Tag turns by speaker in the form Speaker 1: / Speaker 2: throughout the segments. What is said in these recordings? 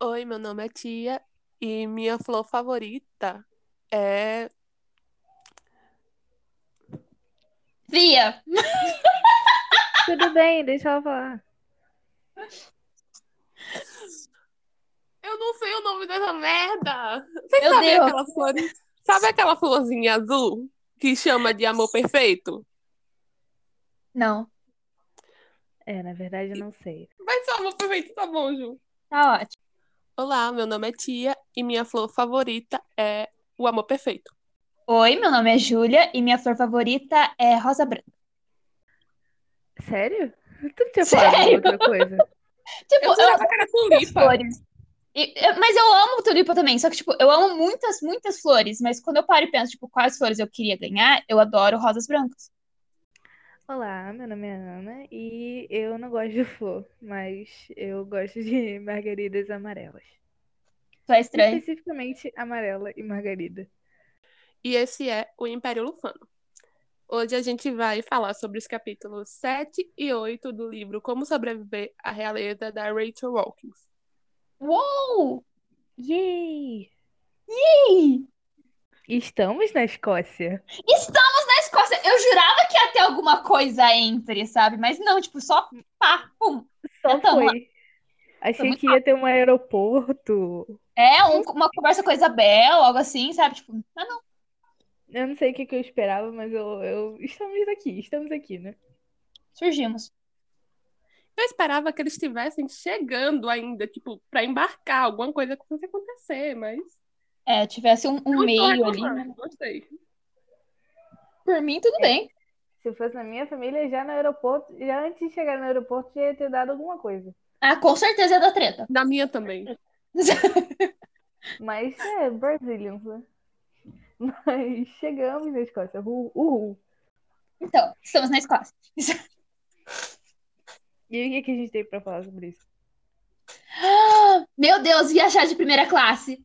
Speaker 1: Oi, meu nome é Tia e minha flor favorita é.
Speaker 2: Via!
Speaker 3: Tudo bem, deixa ela falar.
Speaker 1: Eu não sei o nome dessa merda! Vocês
Speaker 2: Meu
Speaker 1: sabem
Speaker 2: Deus.
Speaker 1: aquela flor? Sabe aquela florzinha azul que chama de amor perfeito?
Speaker 2: Não,
Speaker 3: É, na verdade, eu não sei.
Speaker 1: Mas o amor perfeito tá bom, Ju.
Speaker 2: tá ótimo.
Speaker 1: Olá, meu nome é Tia e minha flor favorita é o amor perfeito.
Speaker 2: Oi, meu nome é Júlia e minha flor favorita é rosa branca.
Speaker 3: Sério? Tu não tinha falado
Speaker 2: Sério?
Speaker 3: outra coisa?
Speaker 2: Tipo,
Speaker 1: Eu
Speaker 2: eu,
Speaker 1: jurava
Speaker 2: amo
Speaker 1: que era
Speaker 2: muitas
Speaker 1: tulipa.
Speaker 2: flores. E- eu- mas eu amo tulipa também, só que, tipo, eu amo muitas, muitas flores, mas quando eu paro e penso, tipo, quais flores eu queria ganhar, eu adoro rosas brancas.
Speaker 3: Olá, meu nome é Ana e eu não gosto de flor, mas eu gosto de margaridas amarelas.
Speaker 2: Tu é estranho.
Speaker 3: Especificamente amarela e margarida.
Speaker 1: E esse é o Império Lufano. Hoje a gente vai falar sobre os capítulos 7 e 8 do livro Como Sobreviver à Realeza da Rachel Walkins.
Speaker 2: Uou!
Speaker 3: Yay!
Speaker 2: Ih,
Speaker 3: Estamos na Escócia.
Speaker 2: Estamos na Escócia! Eu jurava que ia ter alguma coisa entre, sabe? Mas não, tipo, só pá, pum.
Speaker 3: Só
Speaker 2: Então,
Speaker 3: foi. Achei
Speaker 2: muito
Speaker 3: que ia ter um aeroporto.
Speaker 2: É um- uma conversa com a Isabel, algo assim, sabe? Tipo, ah, não.
Speaker 3: Eu não sei o que que eu esperava, mas eu, eu- Estamos aqui, estamos aqui, né?
Speaker 2: Surgimos.
Speaker 1: Eu esperava que eles estivessem chegando ainda, tipo, pra embarcar, alguma coisa que fosse acontecer, mas.
Speaker 2: É, tivesse um, um
Speaker 1: Não tô
Speaker 2: meio ali.
Speaker 1: reclamando, Gostei.
Speaker 2: Por mim,
Speaker 3: É.
Speaker 2: tudo bem.
Speaker 3: Se fosse na minha família, já no aeroporto, já antes de chegar no aeroporto, já ia ter dado alguma coisa.
Speaker 2: Ah, com certeza é da treta.
Speaker 1: Na minha também.
Speaker 3: Mas é, Brazilians, né? Mas chegamos na Escócia. Uhul. uhul.
Speaker 2: Então, estamos na Escócia.
Speaker 3: E aí, o que que a gente tem pra falar sobre isso?
Speaker 2: Meu Deus, viajar de primeira classe.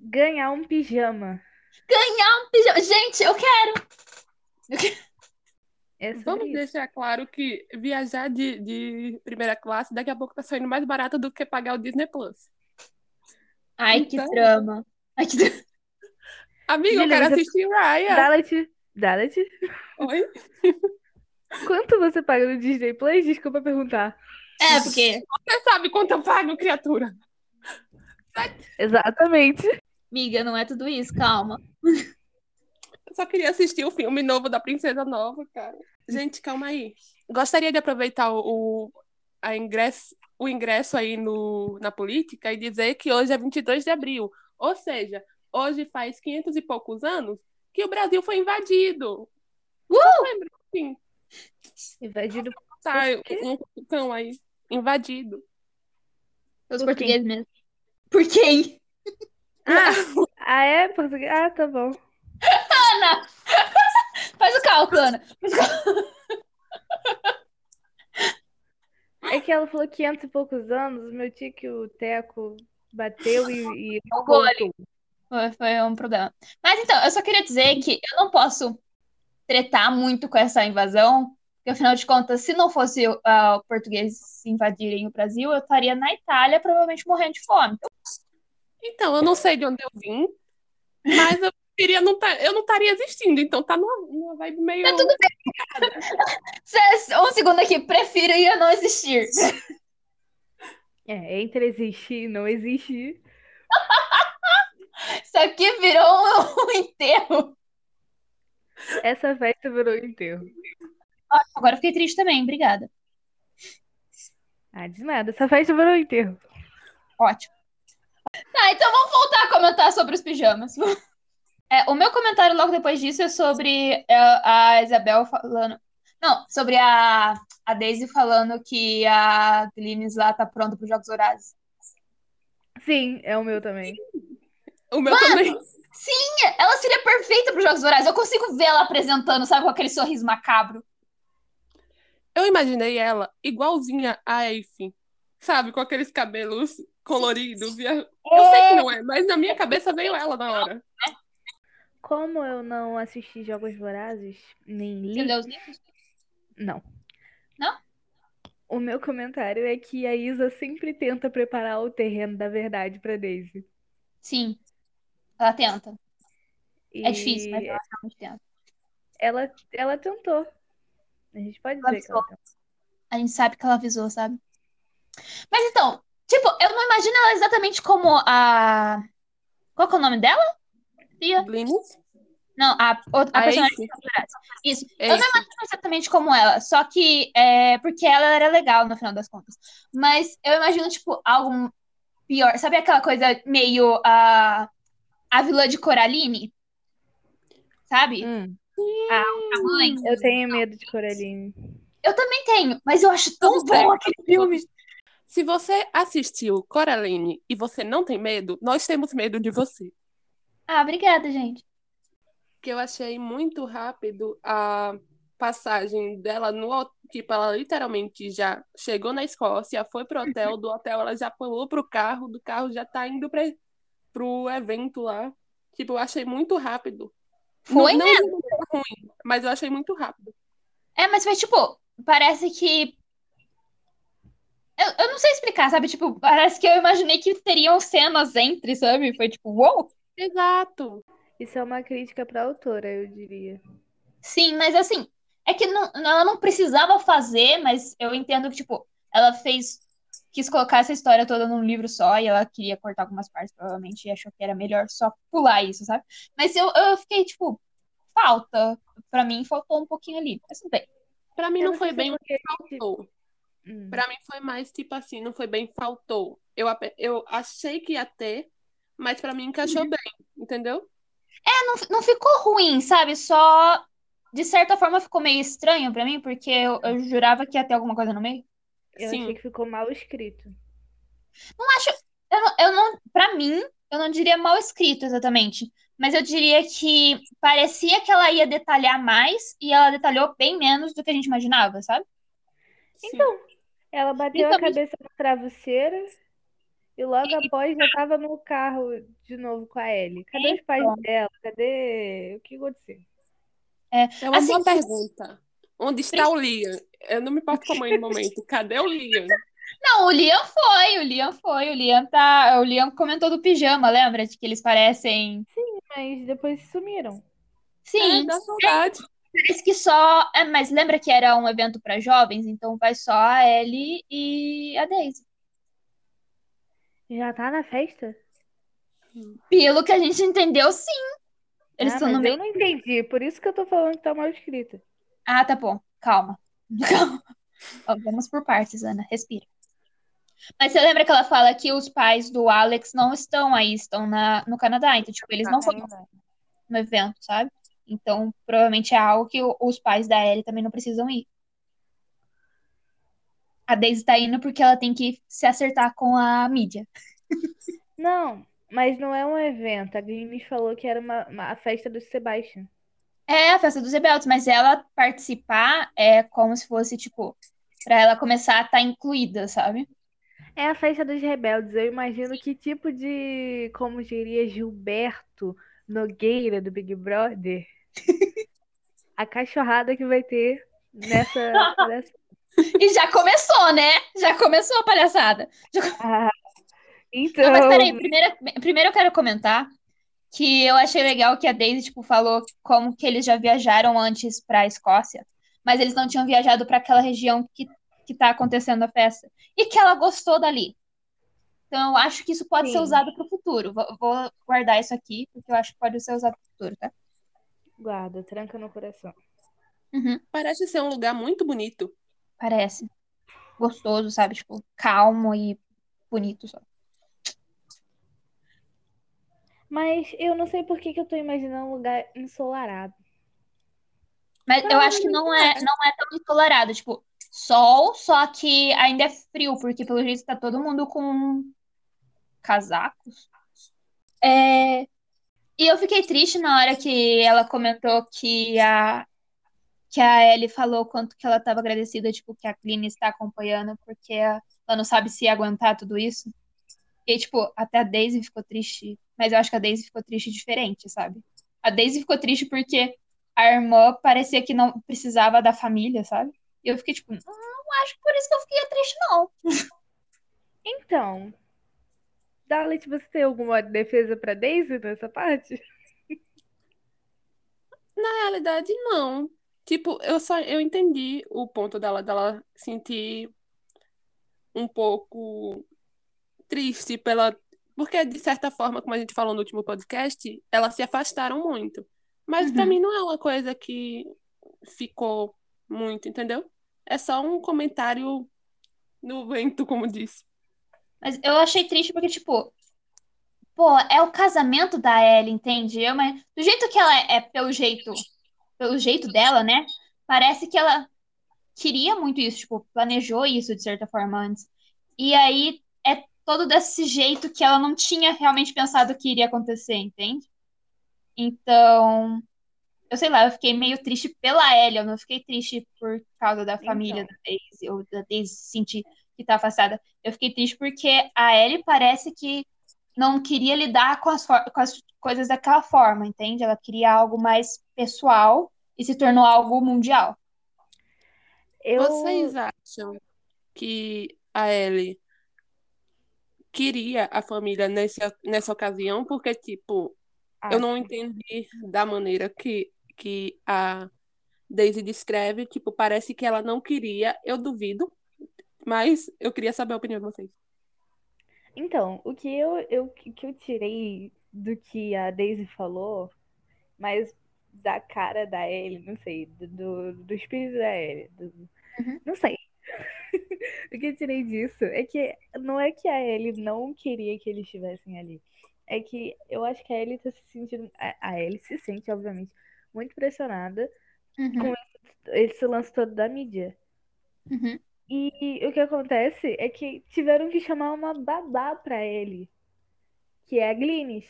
Speaker 3: Ganhar um pijama.
Speaker 2: Um pijama- Gente, eu quero.
Speaker 3: É sobre
Speaker 1: Vamos
Speaker 3: isso.
Speaker 1: deixar claro que viajar de, de primeira classe daqui a pouco tá saindo mais barato do que pagar o Disney Plus.
Speaker 2: Ai, que
Speaker 1: Então.
Speaker 2: drama. Ai, que drama.
Speaker 1: Amigo, eu
Speaker 3: Julia,
Speaker 1: quero
Speaker 3: você-
Speaker 1: assistir Raya.
Speaker 3: Dalet, Dalet,
Speaker 1: Oi?
Speaker 3: quanto você paga no Disney Plus? Desculpa perguntar.
Speaker 2: É, porque.
Speaker 1: Você sabe quanto eu pago, criatura?
Speaker 3: Exatamente.
Speaker 2: Miga, não é tudo isso, calma.
Speaker 1: Eu só queria assistir o filme novo da Princesa Nova, cara. Gente, calma aí. Gostaria de aproveitar o, o- a ingresso, o ingresso aí no, na política e dizer que hoje é 22 de abril. Ou seja, hoje faz 500 e poucos anos que o Brasil foi invadido. Vocês lembram? Sim,
Speaker 3: Invadido.
Speaker 1: tá um um cão aí. Invadido.
Speaker 2: Os
Speaker 3: Por quê?
Speaker 2: portugueses mesmo. Por quem?
Speaker 3: Ah, ah, é português? Ah, tá bom.
Speaker 2: Ana! Faz o cálculo, Ana.
Speaker 3: É que ela falou 500 e poucos anos, meu tio que o Teco bateu e. e
Speaker 2: O gole. Foi, foi um problema. Mas então, eu só queria dizer que eu não posso tretar muito com essa invasão, porque afinal de contas, se não fosse ah, os portugueses invadirem o Brasil, eu estaria na Itália, provavelmente morrendo de fome.
Speaker 1: Então, eu não sei de onde eu vim, mas eu queria não tá, eu não estaria existindo, então tá numa, numa vibe meio.
Speaker 2: Cês- Um segundo aqui, prefiro ir a não existir.
Speaker 3: É, entre existir e não existir.
Speaker 2: Isso aqui virou um, um enterro.
Speaker 3: Essa festa virou enterro.
Speaker 2: Agora eu fiquei triste também, obrigada.
Speaker 3: Ah, de nada. Essa festa virou enterro.
Speaker 2: Ótimo. Tá, então vamos voltar a comentar sobre os pijamas. É, o meu comentário logo depois disso é sobre é, a Isabel falando. Não, sobre a, a Daisy falando que a Glynis lá tá pronta pros Jogos Horazes.
Speaker 3: Sim, é o meu também.
Speaker 1: O meu também.
Speaker 2: Minha, É, Ela seria perfeita pros Jogos Horazes. Eu consigo ver ela apresentando, sabe, com aquele sorriso macabro.
Speaker 1: Eu imaginei ela igualzinha a Eiffel, sabe? Com aqueles cabelos coloridos. e a- Eu sei que não é, mas na minha cabeça veio ela na hora.
Speaker 3: Como eu não assisti Jogos Vorazes, nem
Speaker 2: Você
Speaker 3: li.
Speaker 2: leu os livros?
Speaker 3: Não.
Speaker 2: Não?
Speaker 3: O meu comentário é que a Isa sempre tenta preparar o terreno da verdade pra Daisy.
Speaker 2: Sim. Ela tenta. É difícil, mas
Speaker 3: E
Speaker 2: ela realmente tenta.
Speaker 3: ela, ela tentou. A gente pode
Speaker 2: Ela
Speaker 3: dizer que ela tentou.
Speaker 2: A gente sabe que ela avisou, sabe? Mas então, tipo, eu não imagino ela exatamente como a. Qual que é o nome dela? Cia?
Speaker 1: Blinis?
Speaker 2: Não, a, a
Speaker 1: Ah, é
Speaker 2: personagem.
Speaker 1: esse?
Speaker 2: Isso.
Speaker 1: É
Speaker 2: eu não
Speaker 1: esse.
Speaker 2: imagino exatamente como ela, só que é porque ela era legal no final das contas. Mas eu imagino, tipo, algo pior. Sabe aquela coisa meio a, a vilã de Coraline? Sabe?
Speaker 3: Hum,
Speaker 2: A mãe.
Speaker 3: eu tenho medo de Coraline.
Speaker 2: Eu também tenho, mas eu acho tão
Speaker 1: Todos
Speaker 2: bom
Speaker 1: temos
Speaker 2: aquele filme.
Speaker 1: filme. Se você assistiu Coraline e você não tem medo, nós temos medo de você.
Speaker 2: Ah, obrigada, gente.
Speaker 1: Porque eu achei muito rápido a passagem dela no ho- tipo ela literalmente já chegou na Escócia, foi pro hotel, do hotel ela já pulou pro carro, do carro já tá indo para pro evento lá. Tipo, eu achei muito rápido.
Speaker 2: Foi,
Speaker 1: não, não digo que é ruim, mas eu achei muito rápido.
Speaker 2: É, mas foi tipo, parece que. Eu, eu não sei explicar, sabe? Tipo, parece que eu imaginei que teriam cenas entre, sabe? Foi tipo, uou!
Speaker 1: Exato.
Speaker 3: Isso é uma crítica pra autora, eu diria.
Speaker 2: Sim, mas assim, é que não, não- ela não precisava fazer, mas eu entendo que, tipo, ela fez. Quis colocar essa história toda num livro só e ela queria cortar algumas partes, provavelmente, e achou que era melhor só pular isso, sabe? Mas eu, eu fiquei, tipo, falta. Pra mim, faltou um pouquinho ali. Mas tudo bem.
Speaker 1: Pra mim
Speaker 3: Eu
Speaker 1: não,
Speaker 3: não
Speaker 1: foi
Speaker 3: sei é
Speaker 1: bem o que
Speaker 3: porque a gente-
Speaker 1: faltou.
Speaker 3: Hum.
Speaker 1: Pra mim foi mais tipo assim, não foi bem faltou. Eu, ape- eu achei que ia ter, mas pra mim encaixou bem, entendeu?
Speaker 2: não, não ficou ruim, sabe? Só, de certa forma, ficou meio estranho pra mim, porque eu, eu jurava que ia ter alguma coisa no meio.
Speaker 3: Eu
Speaker 1: Sim.
Speaker 3: achei que ficou mal escrito.
Speaker 2: Não acho. Eu não, eu não, pra mim, eu não diria mal escrito exatamente. Mas eu diria que parecia que ela ia detalhar mais e ela detalhou bem menos do que a gente imaginava, sabe?
Speaker 1: Então,
Speaker 3: Ela bateu a
Speaker 2: Então, mas-
Speaker 3: cabeça na travesseira e logo após já tava no carro de novo com a Ellie. Cadê os pais
Speaker 2: Então.
Speaker 3: dela? Cadê? O que aconteceu?
Speaker 1: é uma
Speaker 2: assim,
Speaker 1: boa pergunta. Onde está o Liam? Eu não me importo com a mãe no momento. Cadê o Liam?
Speaker 2: Não, o Liam foi, o Liam foi, o Liam tá. O Liam comentou do pijama, lembra? De que eles parecem.
Speaker 3: Mas depois sumiram.
Speaker 1: É,
Speaker 2: Sim,
Speaker 1: dá saudade.
Speaker 2: Parece que só. É, mas lembra que era um evento pra jovens? Então vai só a Ellie e a Daisy.
Speaker 3: Já tá na festa?
Speaker 2: Pelo que a gente entendeu, sim. Eles
Speaker 3: Ah,
Speaker 2: estão no
Speaker 3: mas
Speaker 2: meio.
Speaker 3: eu não entendi. Por isso que eu tô falando que tá mal escrito.
Speaker 2: Ah, tá bom. Calma. Calma. Ó, Vamos por partes, Ana. Respira. Mas você lembra que ela fala que os pais do Alex não estão aí, estão na, no Canadá. Então, tipo, eles não foram no evento, sabe? Então, provavelmente é algo que o- os pais da Ellie também não precisam ir. A Daisy tá indo porque ela tem que se acertar com a mídia.
Speaker 3: Não, mas não é um evento. A Grimes falou que era uma, uma- a festa do Sebastian.
Speaker 2: É, a festa dos rebeldes, mas ela participar é como se fosse, tipo, pra ela começar a estar incluída, sabe?
Speaker 3: É a festa dos rebeldes. Eu imagino que tipo de, como diria Gilberto Nogueira do Big Brother, a cachorrada que vai ter nessa, nessa...
Speaker 2: E já começou, né? Já começou a palhaçada.
Speaker 3: Ah,
Speaker 2: Não,
Speaker 3: então,
Speaker 2: mas peraí, primeiro, primeiro eu quero comentar que eu achei legal que a Daisy, tipo, falou como que eles já viajaram antes pra Escócia, mas eles não tinham viajado pra aquela região que, que tá acontecendo a festa. E que ela gostou dali. Então eu acho que isso pode ser
Speaker 3: Sim.
Speaker 2: usado pro futuro. Vou, vou guardar isso aqui, porque eu acho que pode ser usado pro futuro, tá?
Speaker 3: guarda, tranca no coração.
Speaker 2: Uhum.
Speaker 1: Parece ser um lugar muito bonito.
Speaker 2: Parece. Gostoso, sabe? Tipo, calmo e bonito só.
Speaker 3: Mas eu não sei por que que eu tô imaginando um lugar ensolarado.
Speaker 2: Mas eu acho que não é, não é tão ensolarado, tipo, sol, só que ainda é frio, porque pelo jeito tá todo mundo com casacos. É, E eu fiquei triste na hora que ela comentou que a que a Ellie falou quanto que ela tava agradecida, tipo, que a Cline está acompanhando, porque a- ela não sabe se ia aguentar tudo isso. E, tipo, até a Daisy ficou triste. Mas eu acho que a Daisy ficou triste diferente, sabe? A Daisy ficou triste porque a irmã parecia que não precisava da família, sabe? E eu fiquei tipo, não acho que por isso que eu fiquei triste, não.
Speaker 3: Então, Dalit, você tem alguma defesa pra Daisy nessa parte?
Speaker 1: Na realidade, não. Tipo, eu só eu entendi o ponto dela dela sentir um pouco triste pela porque de certa forma, como a gente falou no último podcast, elas se afastaram muito. Mas
Speaker 2: Uhum.
Speaker 1: pra mim não é uma coisa que ficou muito, entendeu? É só um comentário no vento, como disse.
Speaker 2: Mas eu achei triste porque, tipo, pô, é o casamento da Ellie, entende? Eu, mas do jeito que ela é, pelo jeito, pelo jeito dela, né? Parece que ela queria muito isso, tipo, planejou isso de certa forma antes. E aí é todo desse jeito que ela não tinha realmente pensado que iria acontecer, entende? Então, eu sei lá, eu fiquei meio triste pela Ellie, eu não fiquei triste por causa da família da Daisy, ou da Daisy se sentir que tá afastada. Eu fiquei triste porque a Ellie parece que não queria lidar com as, for- com as coisas daquela forma, entende? Ela queria algo mais pessoal e se tornou algo mundial.
Speaker 3: Eu...
Speaker 1: Vocês acham que a Ellie queria a família nessa, nessa ocasião? Porque, tipo, eu não
Speaker 3: acho.
Speaker 1: entendi da maneira que, que a Daisy descreve. Tipo, parece que ela não queria, eu duvido. Mas eu queria saber a opinião de vocês.
Speaker 3: Então, o que eu, eu, o que eu tirei do que a Daisy falou, mas da cara da Ellie, não sei, do, do, do espírito da Ellie, do-
Speaker 2: Uhum.
Speaker 3: não sei. O que eu tirei disso é que não é que a Ellie não queria que eles estivessem ali. É que eu acho que a Ellie tá se sentindo. A, a Ellie se sente, obviamente, muito pressionada.
Speaker 2: Uhum,
Speaker 3: Esse lance todo da mídia.
Speaker 2: uhum.
Speaker 3: E o que acontece é que tiveram que chamar uma babá pra ele, que é a Glynis.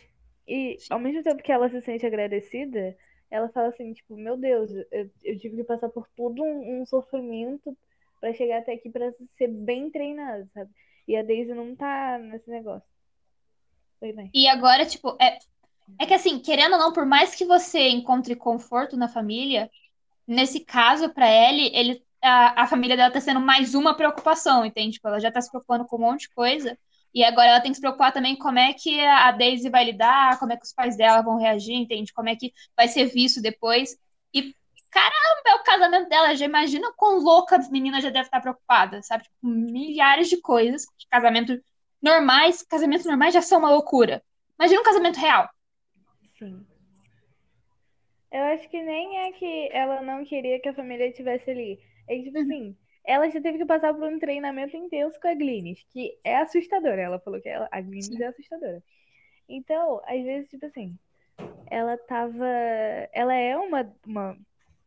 Speaker 3: E ao mesmo tempo que ela se sente agradecida, ela fala assim, tipo, meu Deus, eu, eu tive que passar por todo um, um sofrimento pra chegar até aqui pra ser bem treinada, sabe? E a Daisy não tá nesse negócio. Foi bem.
Speaker 2: E agora, tipo, é, é que assim, querendo ou não, por mais que você encontre conforto na família, nesse caso, pra Ellie, ele, a, a família dela tá sendo mais uma preocupação, entende? Tipo, ela já tá se preocupando com um monte de coisa. E agora ela tem que se preocupar também como é que a Daisy vai lidar, como é que os pais dela vão reagir, entende? Como é que vai ser visto depois. E, caramba, é o casamento dela. Já imagina o quão louca a menina já deve estar preocupada, sabe? Tipo, com milhares de coisas. Casamento normais, casamentos normais já são uma loucura. Imagina um casamento real.
Speaker 3: Sim. Eu acho que nem é que ela não queria que a família estivesse ali. É que, tipo assim, ela já teve que passar por um treinamento intenso com a Glynis, que é assustadora. Ela falou que ela, a Glynis é assustadora. Então, às vezes, tipo assim, ela tava. Ela é uma, uma,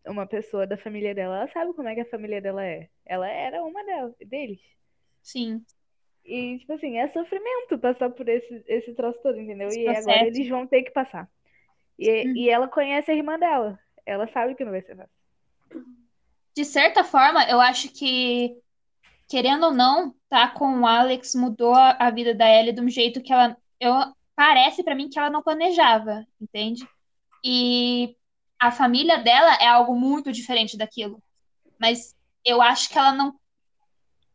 Speaker 3: uma pessoa da família dela. Ela sabe como é que a família dela é. Ela era uma dela, deles.
Speaker 2: Sim.
Speaker 3: E, tipo assim, é sofrimento passar por esse, esse troço todo, entendeu?
Speaker 2: Esse
Speaker 3: E agora
Speaker 2: processo.
Speaker 3: eles vão ter que passar. E, e ela conhece a irmã dela. Ela sabe que não vai ser fácil.
Speaker 2: De certa forma, eu acho que, querendo ou não, tá com o Alex mudou a, a vida da Ellie de um jeito que ela. Eu, parece pra mim que ela não planejava, entende? E a família dela é algo muito diferente daquilo. Mas eu acho que ela não.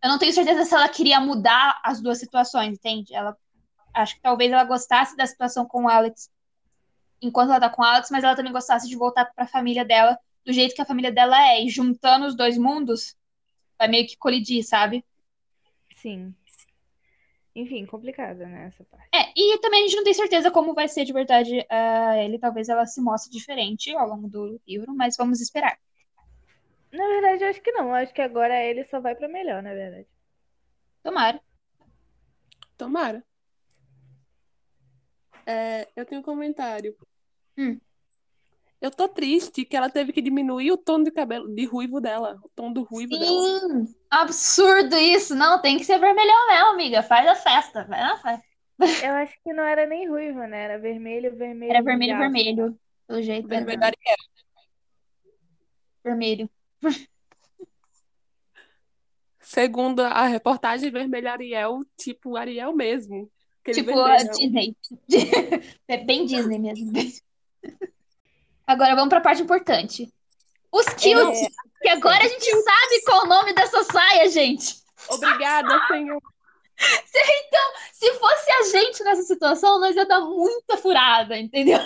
Speaker 2: Eu não tenho certeza se ela queria mudar as duas situações, entende? Ela, acho que talvez ela gostasse da situação com o Alex enquanto ela tá com o Alex, mas ela também gostasse de voltar pra família dela do jeito que a família dela é. E juntando os dois mundos, vai meio que colidir, sabe?
Speaker 3: Sim. Enfim, complicada, né, essa parte.
Speaker 2: É, e também a gente não tem certeza como vai ser de verdade a Ellie. Talvez ela se mostre diferente ao longo do livro, mas vamos esperar.
Speaker 3: Na verdade, eu acho que não. Eu acho que agora ele só vai pra melhor, na verdade.
Speaker 2: Tomara.
Speaker 1: Tomara. É, eu tenho um comentário.
Speaker 2: Hum.
Speaker 1: Eu tô triste que ela teve que diminuir o tom de cabelo, de ruivo dela. O tom do ruivo dela.
Speaker 2: Sim! Absurdo isso! Não, tem que ser vermelhão mesmo, amiga. Faz a festa. Vai na festa.
Speaker 3: Eu acho que não era nem ruiva, né? Era vermelho, vermelho.
Speaker 2: Era vermelho,
Speaker 3: já.
Speaker 2: vermelho. Pelo jeito, era
Speaker 1: Vermelho Ariel.
Speaker 2: vermelho.
Speaker 1: Segundo a reportagem, vermelho Ariel, tipo Ariel mesmo. Aquele
Speaker 2: Tipo a
Speaker 1: vermelhão.
Speaker 2: Disney. É bem Disney mesmo. Agora vamos pra parte importante. Os kilt, que agora a gente sabe qual o nome dessa saia, gente.
Speaker 1: Obrigada, senhor.
Speaker 2: Então, se fosse a gente nessa situação, nós ia dar muita furada, entendeu?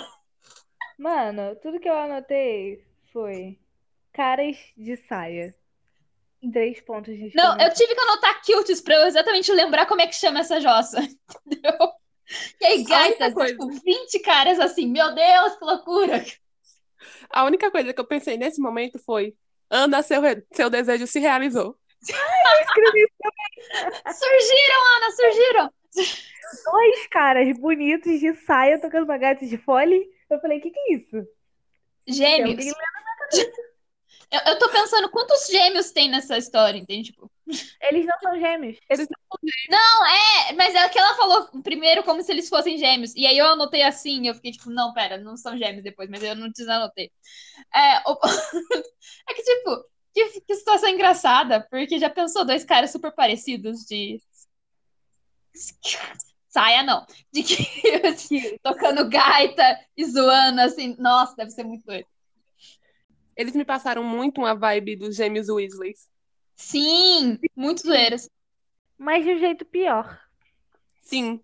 Speaker 3: Mano, tudo que eu anotei foi caras de saia. Três pontos de
Speaker 2: Não, eu
Speaker 3: exclamação.
Speaker 2: tive que anotar kilts pra eu exatamente lembrar como é que chama essa jossa, entendeu? E aí, gaitas,
Speaker 1: coisa.
Speaker 2: tipo, 20 caras assim, meu Deus, que loucura.
Speaker 1: A única coisa que eu pensei nesse momento foi: Ana, seu, re- seu desejo se realizou.
Speaker 3: escrevi
Speaker 2: Surgiram, Ana, surgiram.
Speaker 3: dois caras bonitos de saia tocando uma gaita de fole. Eu falei, que que é isso?
Speaker 2: Gêmeos.
Speaker 3: Alguém
Speaker 2: Eu, eu tô pensando quantos gêmeos tem nessa história, entende? Tipo,
Speaker 3: Eles não são gêmeos.
Speaker 2: é, mas é que ela falou primeiro como se eles fossem gêmeos. E aí eu anotei assim, eu fiquei tipo, não, pera, não são gêmeos depois, mas eu não desanotei. É, o- é que, tipo, que, que situação engraçada, porque já pensou dois caras super parecidos de. Saia não. De que tocando gaita e zoando assim. Nossa, deve ser muito doido.
Speaker 1: Eles me passaram muito uma vibe dos gêmeos Weasley.
Speaker 2: Sim, muito zoeiros.
Speaker 3: Mas de um jeito pior.
Speaker 1: Sim,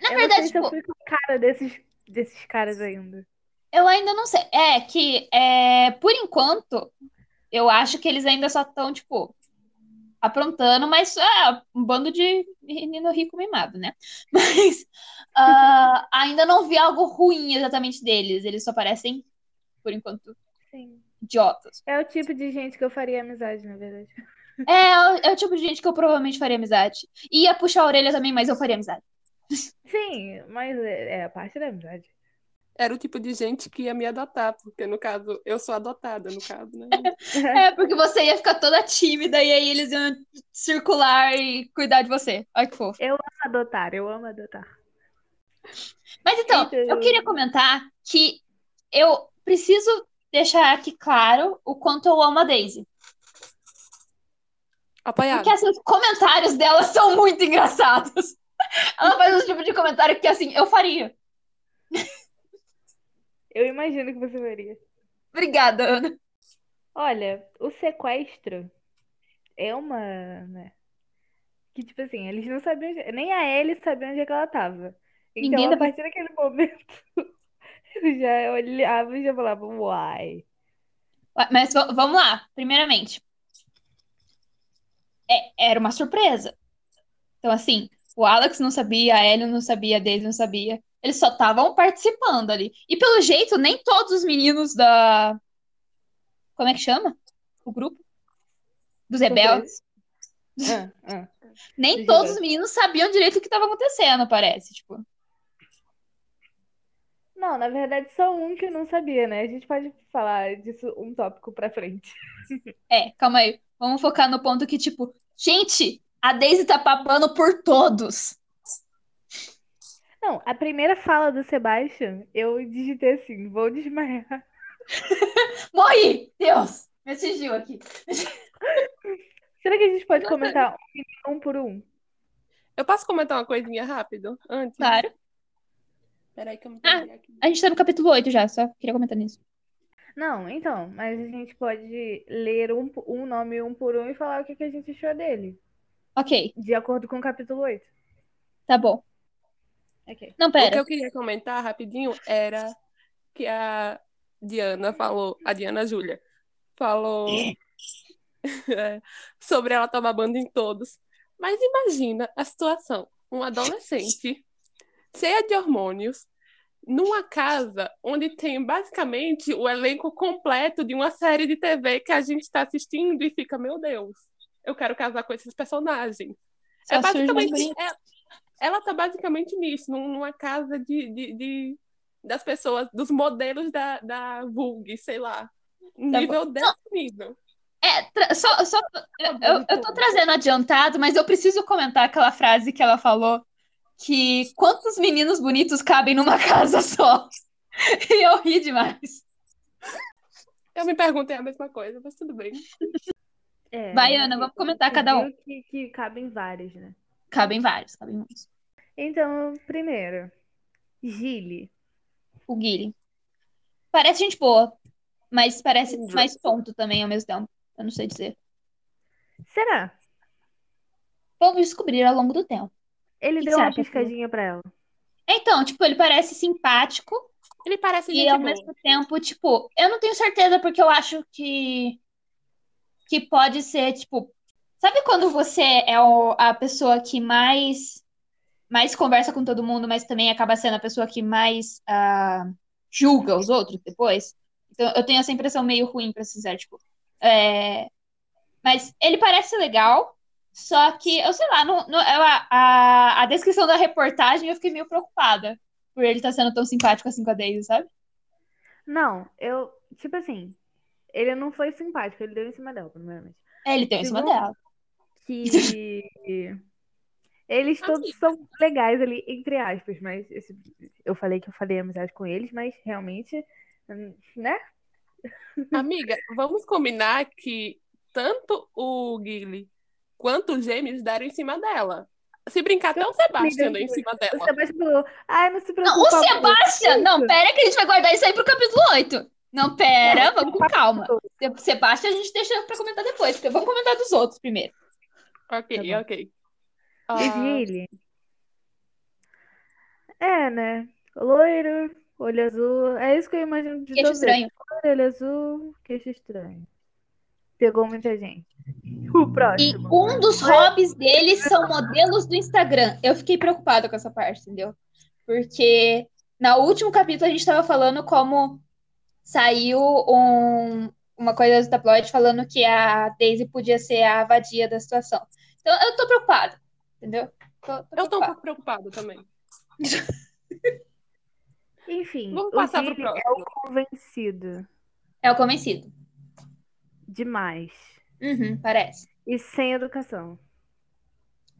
Speaker 2: Na
Speaker 3: Eu não
Speaker 2: verdade,
Speaker 3: sei se eu
Speaker 2: tipo,
Speaker 3: fui com a cara desses, desses caras ainda.
Speaker 2: Eu ainda não sei. É que, é, por enquanto, eu acho que eles ainda só estão, tipo, aprontando, mas é um bando de menino rico mimado, né? Mas ah, ainda não vi algo ruim exatamente deles. Eles só parecem, por enquanto,
Speaker 3: Sim.
Speaker 2: idiotas.
Speaker 3: É o tipo de gente que eu faria amizade, na verdade.
Speaker 2: É, é o tipo de gente que eu provavelmente faria amizade. Ia puxar a orelha também, mas eu faria amizade.
Speaker 3: Sim, mas é, é a parte da amizade.
Speaker 1: era o tipo de gente que ia me adotar, porque no caso, eu sou adotada, no caso, né?
Speaker 2: É, porque você ia ficar toda tímida e aí eles iam circular e cuidar de você. Olha que fofo.
Speaker 3: Adotar, eu amo adotar.
Speaker 2: Mas então,
Speaker 3: Eita.
Speaker 2: eu queria comentar que eu preciso deixar aqui claro o quanto eu amo a Daisy.
Speaker 1: Apoiado.
Speaker 2: Porque assim, os comentários dela são muito engraçados. Ela faz um tipo de comentário que assim, eu faria.
Speaker 3: Eu imagino que você faria.
Speaker 2: Obrigada, Ana.
Speaker 3: Olha, o sequestro é uma, né? Que tipo assim, eles não sabiam, onde- nem a Ellie sabia onde é que ela tava. Então,
Speaker 2: Ninguém
Speaker 3: a
Speaker 2: da-
Speaker 3: partir daquele momento, eu já olhava e já falava, uai.
Speaker 2: Ué, Mas v- vamos lá, primeiramente. É- era uma surpresa. Então, assim, o Alex não sabia, a Ellie não sabia, a Daisy não sabia. Eles só estavam participando ali. E pelo jeito, nem todos os meninos da. Como é que chama? O grupo? Dos rebeldes.
Speaker 3: Ah, ah.
Speaker 2: Nem
Speaker 3: Dos
Speaker 2: todos
Speaker 3: rebeldes.
Speaker 2: os meninos sabiam direito o que estava acontecendo, parece. Tipo,
Speaker 3: Não, na verdade, só um que eu não sabia, né? A gente pode falar disso um tópico pra frente.
Speaker 2: é, calma aí. Vamos focar no ponto que, tipo, gente, a Daisy tá papando por todos.
Speaker 3: Não, a primeira fala do Sebastian, eu digitei assim, vou desmaiar.
Speaker 2: Morri! Deus! Me atingiu aqui.
Speaker 3: Será que a gente pode
Speaker 2: Não,
Speaker 3: comentar um, um por um?
Speaker 1: Eu posso comentar uma coisinha rápido? Antes?
Speaker 2: Claro.
Speaker 1: Peraí que eu me
Speaker 2: Ah.
Speaker 1: perdi aqui.
Speaker 2: A gente tá no capítulo 8 já, só queria comentar nisso.
Speaker 3: Não, então, mas a gente pode ler um, po- um nome um por um e falar o que, que a gente achou dele,
Speaker 2: Ok,
Speaker 3: de acordo com o capítulo 8.
Speaker 2: tá bom.
Speaker 3: Ok.
Speaker 2: Não,
Speaker 1: O que
Speaker 2: pera.
Speaker 1: eu queria comentar rapidinho era que a Diana falou, a Diana Júlia, falou é, sobre ela tomar banda em todos. Mas imagina a situação: um adolescente cheia de hormônios numa casa onde tem basicamente o elenco completo de uma série de TV que a gente está assistindo e fica, meu Deus, eu quero casar com esses personagens.
Speaker 2: Só
Speaker 3: Tá
Speaker 1: É
Speaker 2: surge mais
Speaker 1: basicamente.
Speaker 2: bonito.
Speaker 1: é- ela tá basicamente nisso, num- numa casa de, de, de- das pessoas, dos modelos da, da Vogue, sei lá. Um
Speaker 2: Tá
Speaker 1: nível definido.
Speaker 2: É, tra- só, só
Speaker 1: Tá
Speaker 2: eu, eu-
Speaker 1: então.
Speaker 2: eu tô trazendo adiantado, mas eu preciso comentar aquela frase que ela falou que quantos meninos bonitos cabem numa casa só? E eu ri demais.
Speaker 1: Eu me perguntei a mesma coisa, mas tudo bem.
Speaker 3: É,
Speaker 2: Vai,
Speaker 3: a
Speaker 2: Ana,
Speaker 3: gente
Speaker 2: vamos comentar cada um.
Speaker 3: viu Que, que cabem vários, né?
Speaker 2: Cabem vários, cabem muitos.
Speaker 3: Então, primeiro, Gilly.
Speaker 2: O Guile. Parece gente boa. Mas parece mais tonto também ao mesmo tempo. Eu não sei dizer.
Speaker 3: Será?
Speaker 2: Vamos descobrir ao longo do tempo.
Speaker 3: Ele
Speaker 2: que
Speaker 3: deu
Speaker 2: você
Speaker 3: uma
Speaker 2: acha, Fernanda?
Speaker 3: piscadinha pra ela.
Speaker 2: Então, tipo, ele parece simpático
Speaker 1: Ele parece
Speaker 2: e
Speaker 1: gente
Speaker 2: ao
Speaker 1: boa.
Speaker 2: mesmo tempo, tipo, eu não tenho certeza porque eu acho que que pode ser, tipo, sabe quando você é o- a pessoa que mais mais conversa com todo mundo, mas também acaba sendo a pessoa que mais ah, julga os outros depois? Então, eu tenho essa impressão meio ruim, pra ser sincero, tipo, é, mas ele parece legal. Só que, eu sei lá, não, não- eu- a, a, a descrição da reportagem eu fiquei meio preocupada por ele estar sendo tão simpático assim com a Daisy, sabe?
Speaker 3: Não, eu. Tipo assim, ele não foi simpático, ele deu em cima dela, primeiramente.
Speaker 2: É, ele tem em cima
Speaker 3: Segundo-
Speaker 2: dela.
Speaker 3: Que. Eles todos
Speaker 2: Assim.
Speaker 3: são legais ali, entre aspas, mas esse- eu falei que eu falei amizade com eles, mas realmente, né?
Speaker 1: Amiga, vamos combinar que tanto o Guile quanto os gêmeos deram em cima dela. Se brincar, até o Sebastião deu em cima
Speaker 3: O
Speaker 1: dela.
Speaker 3: Sebastião falou, ai, não se
Speaker 2: Não, o
Speaker 3: preocupa, amor."
Speaker 2: Sebastião.
Speaker 3: Isso.
Speaker 2: Não, pera que a gente vai guardar isso aí pro capítulo 8. Não, pera, vamos com calma. Se- Sebastião a gente deixa pra comentar depois, porque vamos comentar dos outros primeiro.
Speaker 1: Ok,
Speaker 3: Tá bom.
Speaker 1: ok.
Speaker 3: O
Speaker 1: Ah,
Speaker 3: Gilly. É, né? Loiro, olho azul. É isso que eu imagino de
Speaker 2: Queixo
Speaker 3: todos eles.
Speaker 2: estranho.
Speaker 3: Loiro, olho azul, queixo estranho. Pegou muita gente. O
Speaker 2: E
Speaker 3: próximo.
Speaker 2: um dos hobbies deles são modelos do Instagram. Eu fiquei preocupada com essa parte, entendeu? Porque no último capítulo a gente tava falando como saiu um- uma coisa do tabloide falando que a Daisy podia ser a vadia da situação. Então eu tô preocupada, entendeu? Tô- tô
Speaker 1: eu tô um
Speaker 2: preocupada.
Speaker 1: pouco preocupada também.
Speaker 3: Enfim,
Speaker 1: Vamos
Speaker 3: o
Speaker 1: passar pro
Speaker 3: Gilly é
Speaker 1: próximo.
Speaker 3: o convencido
Speaker 2: É o convencido.
Speaker 3: demais.
Speaker 2: Uhum, parece.
Speaker 3: E sem educação.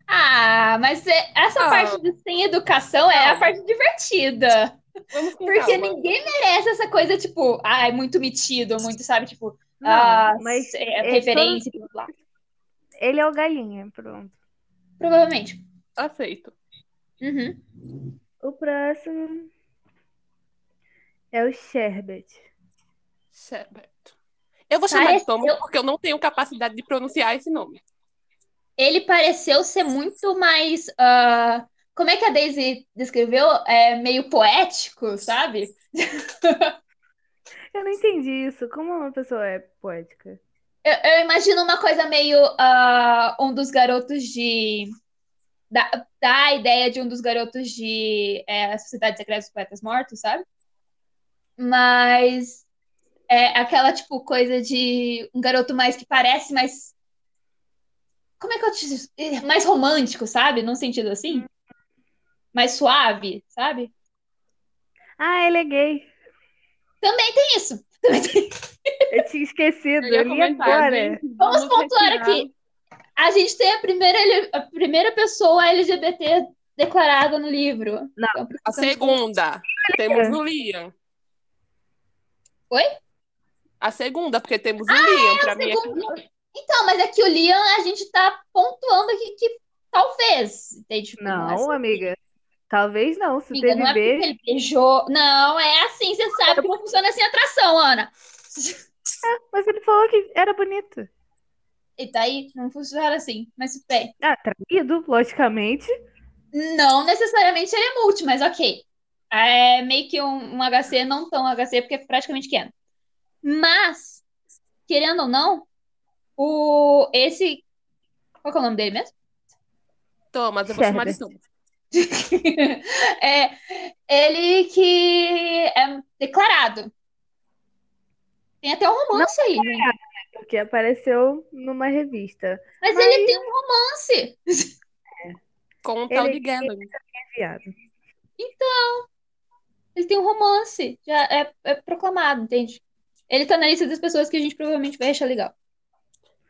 Speaker 2: Ah, mas é- essa
Speaker 1: Ah.
Speaker 2: parte de sem educação é a
Speaker 1: Calma.
Speaker 2: parte divertida.
Speaker 1: Vamos com
Speaker 2: Porque
Speaker 1: calma.
Speaker 2: ninguém merece essa coisa, tipo, ai, muito metido, muito, sabe, tipo,
Speaker 3: Não,
Speaker 2: ah,
Speaker 3: mas
Speaker 2: é, é,
Speaker 3: é
Speaker 2: referência, blá, blá, blá.
Speaker 3: ele é o galinha, pronto.
Speaker 2: Provavelmente.
Speaker 1: Aceito.
Speaker 2: Uhum.
Speaker 3: O próximo é o Sherbet.
Speaker 1: Certo. Eu vou chamar de
Speaker 2: Pareceu-
Speaker 1: Thomas porque eu não tenho capacidade de pronunciar esse nome.
Speaker 2: Ele pareceu ser muito mais. ah, como é que a Daisy descreveu? É meio poético, sabe?
Speaker 3: Eu não entendi isso. Como uma pessoa é poética?
Speaker 2: Eu, eu imagino uma coisa meio ah, um dos garotos de. Da, da ideia de um dos garotos de é, Sociedade Secreta dos Poetas Mortos, sabe? Mas é aquela tipo coisa de um garoto mais que parece mais. Como é que eu te diz? Eh, Mais romântico, sabe? Num sentido assim? Mais suave, sabe?
Speaker 3: Ah, ele é gay.
Speaker 2: Também tem isso. Também tem
Speaker 3: Eu tinha esquecido.
Speaker 1: Eu ia
Speaker 3: E
Speaker 1: comentar,
Speaker 3: agora?
Speaker 1: gente,
Speaker 2: Vamos pontuar
Speaker 1: retirar.
Speaker 2: aqui. A gente tem a primeira, ele- a primeira pessoa LGBT declarada no livro.
Speaker 3: Não,
Speaker 2: Então,
Speaker 1: A segunda. Temos o Liam.
Speaker 2: Oi?
Speaker 1: A segunda, porque temos o Liam. Pra mim é
Speaker 2: segundo- Então, mas é que o Liam, a gente tá pontuando aqui que talvez. Entende? Tipo, é
Speaker 3: Não,
Speaker 2: assim.
Speaker 3: amiga. Talvez não. Se
Speaker 2: Amiga, não
Speaker 3: teve
Speaker 2: é porque
Speaker 3: beijo.
Speaker 2: ele beijou. Não, é assim. Você sabe como funciona essa atração, Ana.
Speaker 3: Mas ele falou que era bonito.
Speaker 2: E daí não funciona assim. Mas tudo bem.
Speaker 3: Ah, traído, logicamente.
Speaker 2: Não necessariamente ele é multi, mas ok. É meio que um, um HC, não tão HC, porque é praticamente Canon. Mas, querendo ou não, o, esse. Qual que é o nome dele mesmo?
Speaker 1: Thomas, eu vou chamar de Thomas.
Speaker 2: É, ele que é declarado. Tem até um romance aí, né?
Speaker 3: Porque apareceu numa revista.
Speaker 2: Mas,
Speaker 3: Mas-
Speaker 2: ele tem um romance.
Speaker 1: Com o tal
Speaker 3: Ele-
Speaker 1: de Galen.
Speaker 3: Viado.
Speaker 2: Ele tem um romance. Já é, é proclamado, entende? Ele tá na lista das pessoas que a gente provavelmente vai achar legal.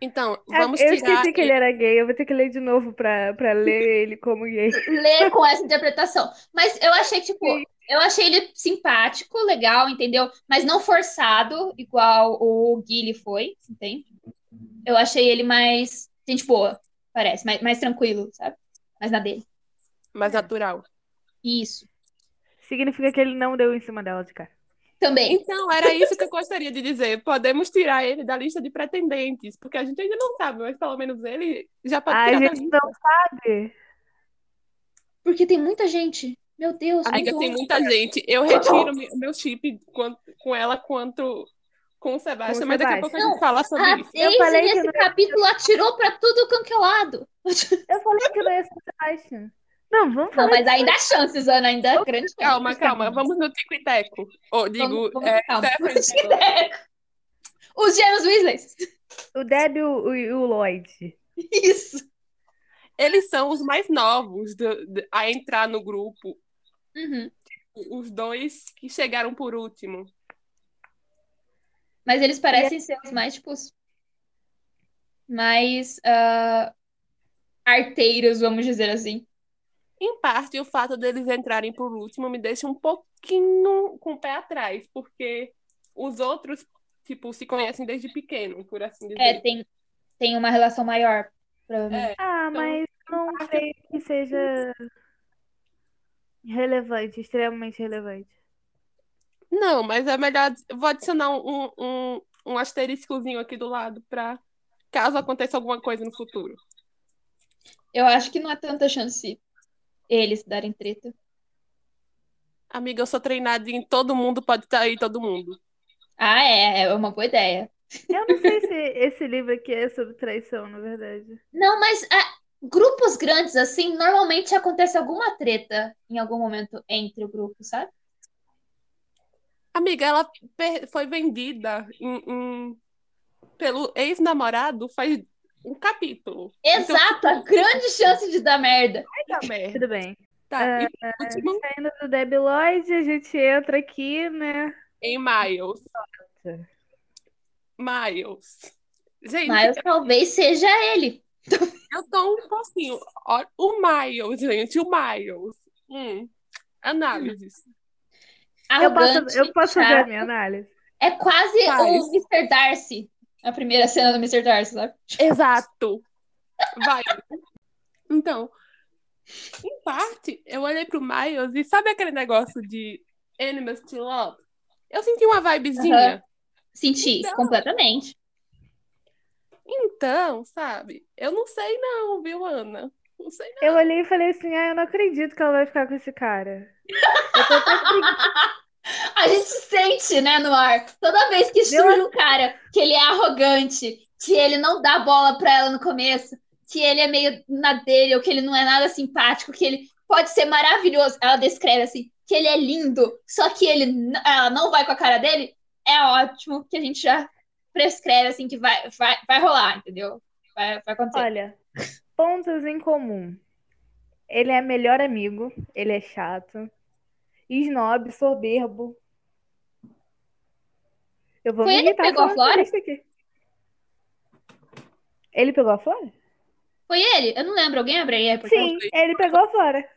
Speaker 1: Então,
Speaker 3: Ah,
Speaker 1: vamos
Speaker 3: eu
Speaker 1: tirar.
Speaker 3: esqueci que ele era gay. Eu vou ter que ler de novo pra, pra ler ele como gay.
Speaker 2: ler com essa interpretação. Mas eu achei, tipo,
Speaker 3: Sim.
Speaker 2: eu achei ele simpático, legal, entendeu? Mas não forçado, igual o Guile foi, entende? Eu achei ele mais gente boa, parece, mais, mais tranquilo, sabe? Mais na dele.
Speaker 3: é-
Speaker 1: mais natural.
Speaker 2: Isso.
Speaker 3: Significa que ele não deu em cima dela de cara.
Speaker 2: Também.
Speaker 1: Então, era isso que eu gostaria de dizer. Podemos tirar ele da lista de pretendentes, porque a gente ainda não sabe, mas pelo menos ele já pode
Speaker 3: A
Speaker 1: tirar da
Speaker 3: gente
Speaker 1: lista.
Speaker 3: não sabe.
Speaker 2: Porque tem muita gente. Meu Deus,
Speaker 1: Amiga,
Speaker 2: muito
Speaker 1: tem
Speaker 2: homem.
Speaker 1: muita gente. Eu retiro mi- o meu chip com, com ela quanto com o Sebastião,
Speaker 3: Com o
Speaker 1: mas daqui a pouco a gente fala sobre
Speaker 2: A
Speaker 1: isso.
Speaker 2: Daisy
Speaker 3: falei que
Speaker 2: nesse
Speaker 3: não
Speaker 2: Ah, capítulo atirou pra tudo quanto é lado.
Speaker 3: Eu falei que não ia ser o Sebastian. Não, vamos
Speaker 2: Não,
Speaker 3: falar.
Speaker 2: mas ainda há chances, Ana, ainda há grandes
Speaker 1: Calma,
Speaker 2: chances.
Speaker 1: calma, vamos no Tico e Teco. Ou digo,
Speaker 2: Vamos- vamos-
Speaker 1: é,
Speaker 2: calma.
Speaker 1: Stephanie,
Speaker 2: Os gêmeos Weasley.
Speaker 3: O Deb e o, e o Lloyd.
Speaker 2: Isso.
Speaker 1: eles são os mais novos do- do- a entrar no grupo.
Speaker 2: Uhum.
Speaker 1: Os dois que chegaram por último.
Speaker 2: Mas eles parecem ser os mais, tipo, os mais ah, arteiros, vamos dizer assim.
Speaker 1: Em parte, o fato deles entrarem por último me deixa um pouquinho com o pé atrás, porque os outros, tipo, se conhecem desde pequeno, por assim dizer.
Speaker 2: É, tem, tem uma relação maior, provavelmente.
Speaker 3: Ah,
Speaker 1: Então,
Speaker 3: mas não creio que seja relevante, extremamente relevante.
Speaker 1: Não, mas é melhor. Vou adicionar um, um, um asteriscozinho aqui do lado pra caso aconteça alguma coisa no futuro.
Speaker 2: Eu acho que não há tanta chance eles darem treta.
Speaker 1: Amiga, eu sou treinada em todo mundo pode estar aí, todo mundo.
Speaker 2: Ah, é, é uma boa ideia.
Speaker 3: Eu não sei se esse livro aqui é sobre traição, na verdade.
Speaker 2: Não, mas ah, grupos grandes, assim, normalmente acontece alguma treta em algum momento entre o grupo, sabe?
Speaker 1: Amiga, ela per- foi vendida em- em- pelo ex-namorado faz um capítulo. Então,
Speaker 2: Exato, a grande chance de dar merda.
Speaker 1: puta merda.
Speaker 3: Tudo bem.
Speaker 1: Tá, e por último,
Speaker 3: Saindo do Deb e Lloyd, a gente entra aqui, né?
Speaker 1: em Miles. Miles. Gente,
Speaker 2: Mas talvez seja ele.
Speaker 1: eu tô um pouquinho. Ó, O Miles, gente, o Miles. Hum, análises.
Speaker 3: Eu posso,
Speaker 2: Arrogante,
Speaker 3: eu posso fazer a
Speaker 2: chato.
Speaker 3: minha análise?
Speaker 2: É quase
Speaker 1: Faz.
Speaker 2: o Mr. Darcy. A primeira cena do Mr. Darcy, sabe?
Speaker 1: Exato. Vai. Então, em parte, eu olhei pro Miles e sabe aquele negócio de Animals to Love? Eu senti uma vibezinha.
Speaker 2: Senti
Speaker 1: Então.
Speaker 2: completamente.
Speaker 1: Então, sabe? Eu não sei não, viu, Ana? Não sei não.
Speaker 3: Eu olhei e falei assim: ah, eu não acredito que ela vai ficar com esse cara. Eu tô até preguiçosa.
Speaker 2: A gente sente, né, no ar. Toda vez que surge um cara que ele é arrogante, que ele não dá bola pra ela no começo, que ele é meio na dele, ou que ele não é nada simpático, que ele pode ser maravilhoso. Ela descreve assim, que ele é lindo, só que ele n- ela não vai com a cara dele, é ótimo que a gente já prescreve assim que vai, vai, vai rolar, entendeu? Vai, vai acontecer.
Speaker 3: Olha, pontos em comum. Ele é melhor amigo, ele é chato, snob, soberbo. Eu vou
Speaker 2: Foi
Speaker 3: me
Speaker 2: ele que
Speaker 3: irritar
Speaker 2: pegou a
Speaker 3: falando
Speaker 2: Flora?
Speaker 3: isso aqui. Ele pegou a Flora?
Speaker 2: Foi ele? Eu não lembro, alguém abre aí, é porque-
Speaker 3: Sim, ele pegou a Flora.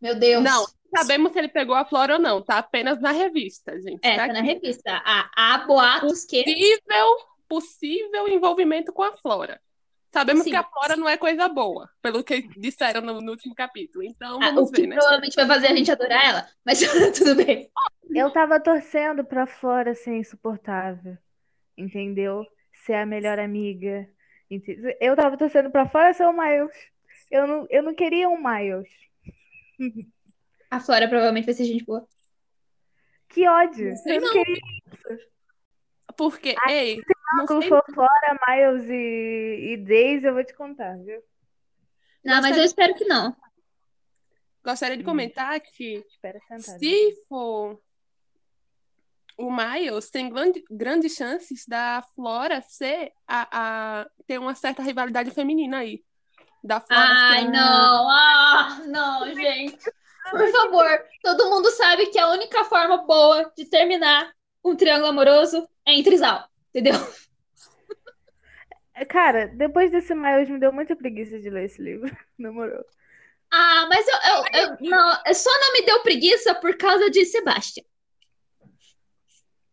Speaker 2: Meu Deus.
Speaker 1: Não, sabemos se ele pegou a flora ou não, tá apenas na revista, gente.
Speaker 2: É,
Speaker 1: Tá
Speaker 2: tá na
Speaker 1: aqui.
Speaker 2: revista. Há, há boatos que
Speaker 1: Possível, possível envolvimento com a flora. Sabemos
Speaker 2: Sim.
Speaker 1: que a flora não é coisa boa, pelo que disseram no, no último capítulo. Então,
Speaker 2: Ah,
Speaker 1: vamos
Speaker 2: o que
Speaker 1: ver, né?
Speaker 2: provavelmente vai fazer a gente adorar ela, mas tudo bem.
Speaker 3: Eu tava torcendo pra Flora ser insuportável, entendeu? Ser a melhor amiga. ente- Eu tava torcendo pra Flora ser o Miles. Eu não, eu não queria um Miles.
Speaker 2: A Flora provavelmente vai ser gente boa.
Speaker 3: Que ódio.
Speaker 1: sei
Speaker 3: eu não
Speaker 1: não.
Speaker 3: queria
Speaker 1: Porque, ei, não
Speaker 3: Quando
Speaker 1: sei
Speaker 3: for Flora, Miles e, e Daisy, eu vou te contar, viu?
Speaker 2: Não, mas eu espero que não.
Speaker 1: Gostaria de
Speaker 3: Hum.
Speaker 1: comentar que
Speaker 3: Espera
Speaker 2: tá
Speaker 3: sentada.
Speaker 1: se for o Miles, tem grande, grandes chances da Flora ser a, a- ter uma certa rivalidade feminina aí. Da Flora
Speaker 2: Ai,
Speaker 1: ser-
Speaker 2: não. Ah, não, gente. Por favor, todo mundo sabe que a única forma boa de terminar um triângulo amoroso é em trisal, entendeu?
Speaker 3: É, Cara, depois desse Miles, me deu muita preguiça de ler esse livro. Na moral.
Speaker 2: Ah, mas eu, eu, eu- não, eu só não me deu preguiça por causa de Sebastião.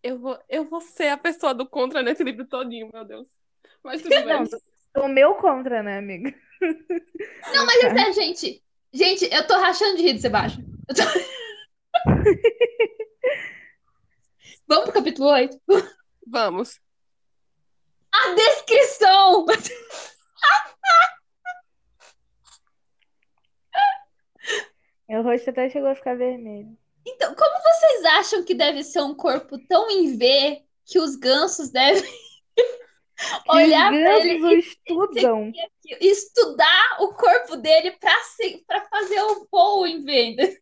Speaker 1: Eu vou, eu vou ser a pessoa do contra nesse livro todinho, meu Deus. Mas tudo bem.
Speaker 3: Não, O meu contra, né, amiga?
Speaker 2: Não, mas é sério, gente. Gente, eu tô rachando de rir de Sebastião. Eu tô- Vamos pro capítulo 8.
Speaker 1: Vamos.
Speaker 2: A descrição!
Speaker 3: Meu rosto até chegou a ficar vermelho.
Speaker 2: Então, como vocês acham que deve ser um corpo tão em V que os gansos devem olhar
Speaker 3: Os
Speaker 2: pra ele
Speaker 3: gansos estudam.
Speaker 2: e estudar o corpo dele pra, se, pra fazer o voo em V?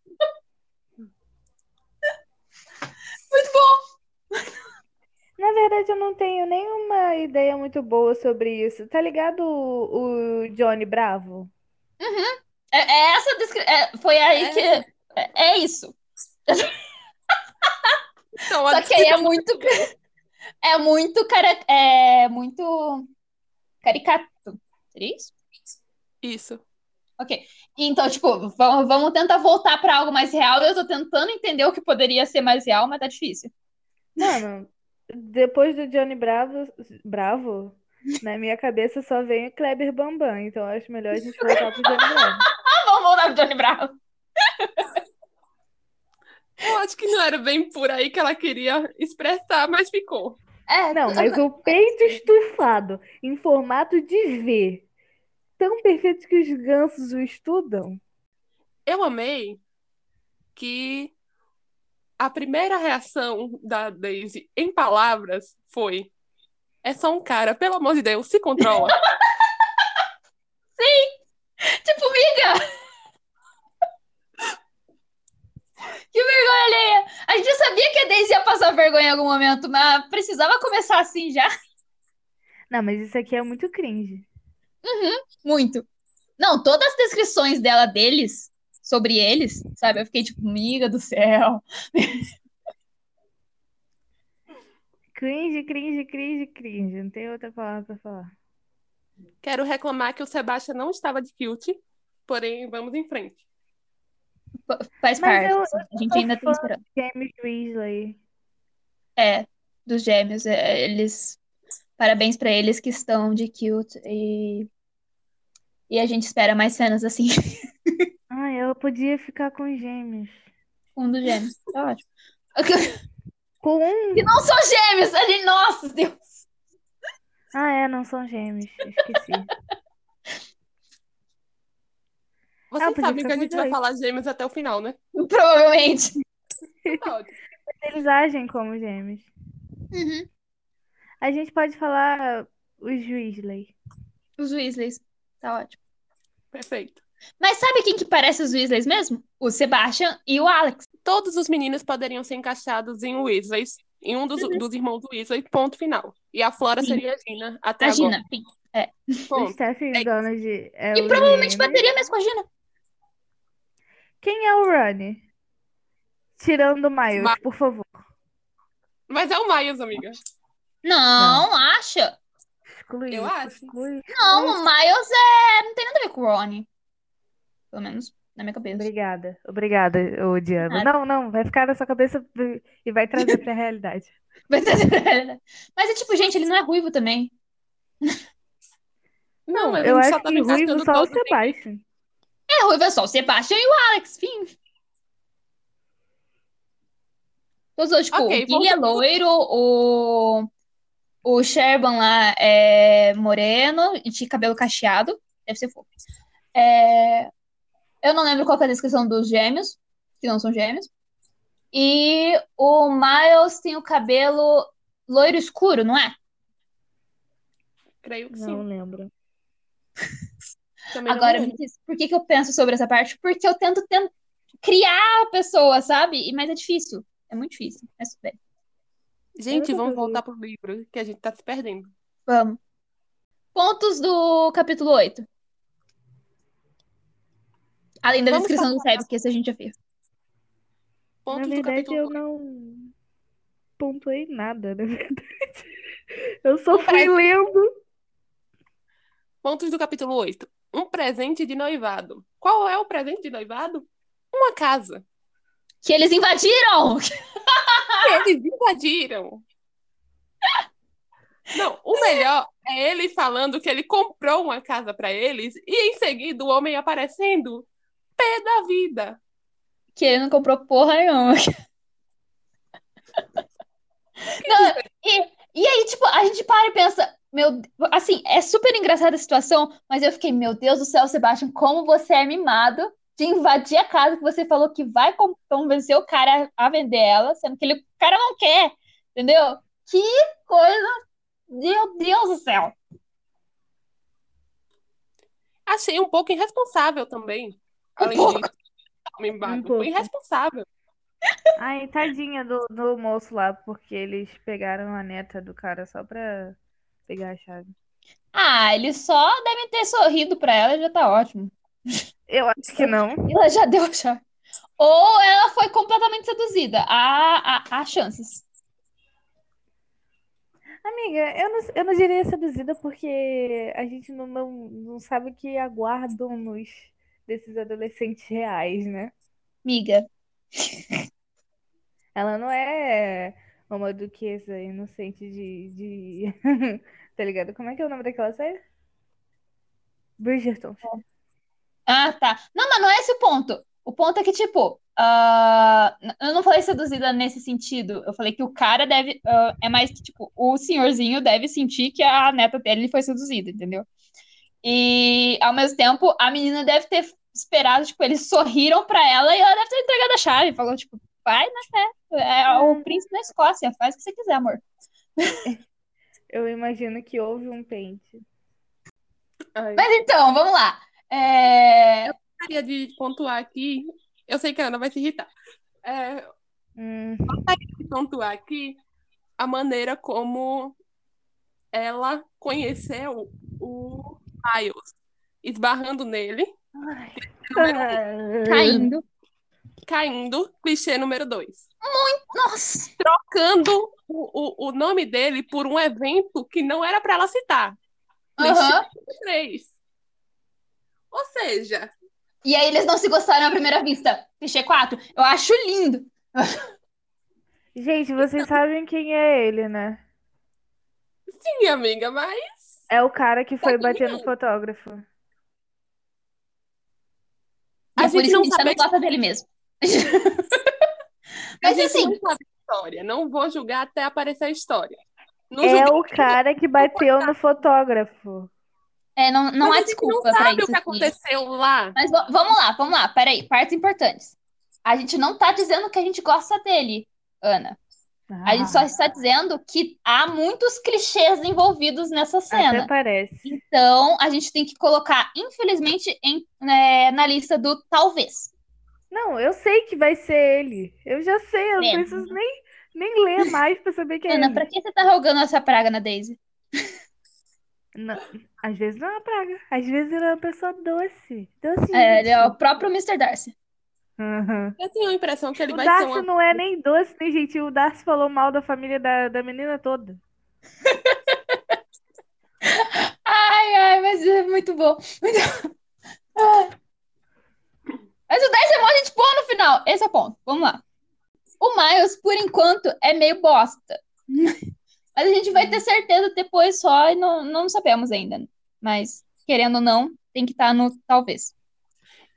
Speaker 2: Muito bom!
Speaker 3: Na verdade, eu não tenho nenhuma ideia muito boa sobre isso. Tá ligado o, o Johnny Bravo?
Speaker 2: É, é essa descri... é, Foi aí
Speaker 1: É.
Speaker 2: que. É, é isso.
Speaker 1: Então, a
Speaker 2: Só que aí é muito. É muito. Cara... É muito. Caricato. Seria isso?
Speaker 1: Isso.
Speaker 2: Então, tipo, vamos, vamos tentar voltar pra algo mais real. Eu tô tentando entender o que poderia ser mais real, mas tá difícil.
Speaker 3: Mano, depois do Johnny Bravo, Bravo, na minha cabeça só vem o Kleber Bambam. Então eu acho melhor a gente voltar pro Johnny Bravo.
Speaker 2: Ah, vamos voltar pro Johnny Bravo.
Speaker 1: Eu acho que não era bem por aí que ela queria expressar, mas ficou.
Speaker 2: É,
Speaker 3: Não, mas o peito estufado, em formato de V. Tão perfeito que os gansos o estudam.
Speaker 1: Eu amei que a primeira reação da Daisy em palavras foi: é só um cara, pelo amor de Deus, se controla.
Speaker 2: Tipo, miga! Que vergonha alheia! A gente já sabia que a Daisy ia passar vergonha em algum momento, mas precisava começar assim já.
Speaker 3: Não, mas isso aqui é muito cringe.
Speaker 2: Muito. Não, todas as descrições dela deles, sobre eles, sabe? Eu fiquei tipo, miga do céu.
Speaker 3: Cringe, cringe, cringe, cringe. Não tem outra palavra pra falar.
Speaker 1: Quero reclamar que o Sebastião não estava de kilt, porém, vamos em frente.
Speaker 2: Ah, Faz
Speaker 3: Mas
Speaker 2: parte.
Speaker 3: eu- eu
Speaker 2: assim, a gente
Speaker 3: sou
Speaker 2: ainda tem
Speaker 3: fã.
Speaker 2: esperança.
Speaker 3: James Weasley.
Speaker 2: É, dos gêmeos. é, eles. Parabéns pra eles que estão de cute e. E a gente espera mais cenas assim.
Speaker 3: Ai, Ah, eu podia ficar com gêmeos.
Speaker 2: Um dos gêmeos. Tá ótimo.
Speaker 3: Com um?
Speaker 2: E não são gêmeos! A gente, nossa, Deus!
Speaker 3: Ah, é, não são gêmeos. Esqueci.
Speaker 1: Vocês
Speaker 3: podia
Speaker 1: sabem que
Speaker 3: ficar
Speaker 1: a
Speaker 3: com
Speaker 1: gente
Speaker 3: os
Speaker 1: vai
Speaker 3: dois.
Speaker 1: falar gêmeos até o final, né? Tá
Speaker 2: Provavelmente.
Speaker 1: Pode.
Speaker 3: Eles agem como gêmeos.
Speaker 2: Uhum.
Speaker 3: A gente pode falar os Weasley.
Speaker 2: Os Weasleys. Tá ótimo.
Speaker 1: Perfeito.
Speaker 2: Mas sabe quem que parece os Weasleys mesmo? O Sebastian e o Alex.
Speaker 1: Todos os meninos poderiam ser encaixados em Weasley, em um
Speaker 3: Uhum.
Speaker 1: dos, dos irmãos Weasley, ponto final. E a Flora
Speaker 2: Sim.
Speaker 1: seria a Gina
Speaker 3: Tá
Speaker 1: até
Speaker 2: Imagina.
Speaker 1: agora.
Speaker 3: O
Speaker 1: Ponto.
Speaker 3: Steph e o
Speaker 1: É.
Speaker 3: Donald é
Speaker 2: E
Speaker 3: os
Speaker 2: provavelmente
Speaker 3: gêmeos.
Speaker 2: bateria mesmo com a Gina.
Speaker 3: Quem é o Ronnie? Tirando o Miles,
Speaker 1: Ma-
Speaker 3: por favor.
Speaker 1: Mas é o Miles, amiga.
Speaker 2: Não, acha?
Speaker 3: Exclui.
Speaker 1: Eu acho.
Speaker 3: exclui.
Speaker 2: Não, o Miles é. Não tem nada a ver com o Ronnie. Pelo menos na minha cabeça.
Speaker 3: Obrigada. Obrigada, ô Diana.
Speaker 2: Nada.
Speaker 3: Não, não, vai ficar na sua cabeça e vai trazer pra realidade.
Speaker 2: Mas é- Mas é tipo, gente, ele não é ruivo também.
Speaker 1: Não, mas
Speaker 3: Eu
Speaker 1: a gente só
Speaker 3: acho
Speaker 1: tá
Speaker 3: que ruivo
Speaker 1: encaixando
Speaker 3: só o
Speaker 1: todos.
Speaker 3: Sebastian.
Speaker 2: É ruivo, é só o Sebastian e o Alex, fim. Todos os, tipo,
Speaker 1: Ok,
Speaker 2: o Billy é
Speaker 1: voltando.
Speaker 2: loiro, o, o Sherban lá é moreno e de cabelo cacheado. Deve ser fofo. É, eu não lembro qual que é a descrição dos gêmeos, que não são gêmeos. E o Miles tem o cabelo loiro escuro, não é?
Speaker 1: Creio que
Speaker 3: Não
Speaker 1: sim.
Speaker 3: lembro.
Speaker 1: Também não é.
Speaker 2: Agora,
Speaker 1: lembro.
Speaker 2: me diz, por que que eu penso sobre essa parte? Porque eu tento, ten- criar a pessoa, sabe? E- Mas é difícil. É muito difícil. Mas tudo bem.
Speaker 1: Gente,
Speaker 3: Eu
Speaker 1: vamos
Speaker 3: nunca vi.
Speaker 1: voltar pro livro, que a gente tá se perdendo.
Speaker 2: Vamos. Pontos do capítulo 8. Além da
Speaker 1: Vamos
Speaker 2: descrição do Sebs, que esse a gente já fez.
Speaker 1: Pontos
Speaker 3: Na
Speaker 1: do
Speaker 3: verdade,
Speaker 1: capítulo
Speaker 3: eu não pontuei nada, na verdade. Eu só
Speaker 2: Não
Speaker 3: fui lendo.
Speaker 1: Pontos do capítulo 8. Um presente de noivado. Qual é o presente de noivado? Uma casa.
Speaker 2: Que eles invadiram!
Speaker 1: Eles invadiram. Não, o melhor é ele falando que ele comprou uma casa pra eles e em seguida o homem aparecendo. Pé da vida.
Speaker 2: Que ele não comprou porra nenhuma. Não, e, e aí, tipo, a gente para e pensa, meu, De- assim, é super engraçada a situação, mas eu fiquei, meu Deus do céu, Sebastião, como você é mimado de invadir a casa que você falou que vai con- convencer o cara a vender ela, sendo que ele, o cara não quer, entendeu? Que coisa, meu Deus do céu.
Speaker 1: Achei um pouco irresponsável também. Além
Speaker 2: pouco.
Speaker 1: disso, mimado.
Speaker 3: Um pouco.
Speaker 1: Foi irresponsável.
Speaker 3: Ai, tadinha do, do moço lá, porque eles pegaram a neta do cara só pra pegar a chave.
Speaker 2: Ah, ele só deve ter sorrido pra ela, já tá ótimo.
Speaker 3: Eu acho que não.
Speaker 2: Ela já deu a chave. Ou ela foi completamente seduzida. Há, há, há chances.
Speaker 3: Amiga, eu não, eu não diria seduzida porque a gente não, não, não sabe o que aguardam-nos desses adolescentes reais, né?
Speaker 2: Miga.
Speaker 3: Ela não é uma duquesa inocente de, de... Tá ligado? Como é que é o nome daquela série? Bridgerton.
Speaker 2: Ah, tá. Não, mas não é esse o ponto. O ponto é que, tipo, ah, n- eu não falei seduzida nesse sentido. Eu falei que o cara deve. ah, é mais que, tipo, o senhorzinho deve sentir que a neta dele foi seduzida, entendeu? E, ao mesmo tempo, a menina deve ter esperado, tipo, eles sorriram pra ela e ela deve ter entregado a chave. Falou, tipo, vai na fé. É o príncipe da Escócia, faz o que você quiser, amor.
Speaker 3: Eu imagino que houve um pente.
Speaker 1: Ai.
Speaker 2: Mas então, vamos lá. É,
Speaker 1: gostaria de pontuar aqui, eu sei que a Ana vai se irritar, é,
Speaker 3: Hum,
Speaker 1: de pontuar aqui a maneira como ela conheceu o Miles, esbarrando nele,
Speaker 3: Hum.
Speaker 2: Caindo.
Speaker 1: caindo, clichê número dois.
Speaker 2: Nossa!
Speaker 1: Trocando o, o, o nome dele por um evento que não era para ela citar, clichê
Speaker 2: Aham.
Speaker 1: número três. Ou seja,
Speaker 2: E aí eles não se gostaram à primeira vista. Clichê 4. Eu acho lindo.
Speaker 3: Gente, vocês sabem quem é ele, né?
Speaker 1: sim, amiga, mas
Speaker 3: É o cara que foi
Speaker 1: Sabia.
Speaker 3: bater no fotógrafo.
Speaker 1: A
Speaker 2: E é por
Speaker 1: gente
Speaker 2: isso
Speaker 1: não
Speaker 2: que a gente
Speaker 1: sabe-
Speaker 2: não gosta dele mesmo.
Speaker 1: a
Speaker 2: Mas
Speaker 1: gente
Speaker 2: assim,
Speaker 1: não sabe a história. Não vou julgar até aparecer a história. Não
Speaker 3: É
Speaker 1: julguei
Speaker 3: o cara que bateu no fotógrafo.
Speaker 2: é, não,
Speaker 1: Mas
Speaker 2: não há
Speaker 1: a gente
Speaker 2: desculpa
Speaker 1: não
Speaker 2: pra
Speaker 1: sabe
Speaker 2: isso
Speaker 1: o que
Speaker 2: aqui.
Speaker 1: aconteceu lá.
Speaker 2: Mas va- vamos lá, vamos lá. Peraí, partes importantes. A gente não tá dizendo que a gente gosta dele, Ana. A
Speaker 3: Ah,
Speaker 1: Ah.
Speaker 2: gente só está dizendo que há muitos clichês envolvidos
Speaker 1: É
Speaker 2: nessa
Speaker 3: Até
Speaker 2: cena.
Speaker 3: parece.
Speaker 2: Então, a gente tem que colocar, infelizmente, em- né, na lista do talvez.
Speaker 3: Não, eu sei que vai ser ele. Eu já sei, eu não
Speaker 2: É.
Speaker 3: preciso nem, nem ler mais pra saber que é
Speaker 2: Ana,
Speaker 3: ele.
Speaker 2: pra que você tá rogando essa praga na Daisy?
Speaker 3: Não, às vezes não é uma praga. Às vezes ele é uma pessoa doce. Doce.
Speaker 2: É, ele é o próprio Mr. Darcy.
Speaker 3: Uhum.
Speaker 1: Eu tenho a impressão que ele
Speaker 3: O
Speaker 1: vai
Speaker 3: Darcy
Speaker 1: ser uma.
Speaker 3: não é nem doce, nem gentil. O Darcy falou mal da família da, da menina toda.
Speaker 2: Ai, ai, mas é muito bom. Muito- Ai. Mas o 10 é mó gente boa no final. Esse é o ponto. Vamos lá. O Miles, por enquanto, é meio bosta. Mas a gente vai ter certeza depois só e não, não sabemos ainda. Mas, querendo ou não, tem que estar no talvez.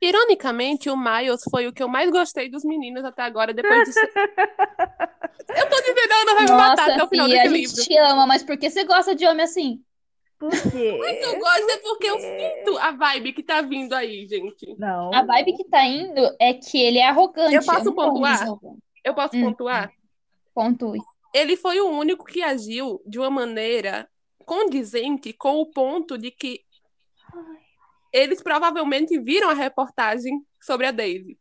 Speaker 1: Ironicamente, o Miles foi o que eu mais gostei dos meninos até agora, depois disso. eu tô dizendo, a Ana vai me matar até
Speaker 2: Nossa,
Speaker 1: o final
Speaker 2: Fia,
Speaker 1: desse
Speaker 2: a gente
Speaker 1: livro.
Speaker 2: te ama, mas por que você gosta de homem assim?
Speaker 3: Por quê?
Speaker 1: Eu gosto é porque eu sinto a vibe que tá vindo aí, gente.
Speaker 3: Não.
Speaker 2: A vibe que tá indo é que ele é arrogante.
Speaker 1: Eu posso
Speaker 2: não gosto de
Speaker 1: pontuar?
Speaker 2: arrogante.
Speaker 1: Eu posso
Speaker 2: Hum.
Speaker 1: pontuar?
Speaker 2: Pontue.
Speaker 1: Ele foi o único que agiu de uma maneira condizente com o ponto de que eles provavelmente viram a reportagem sobre a Daisy.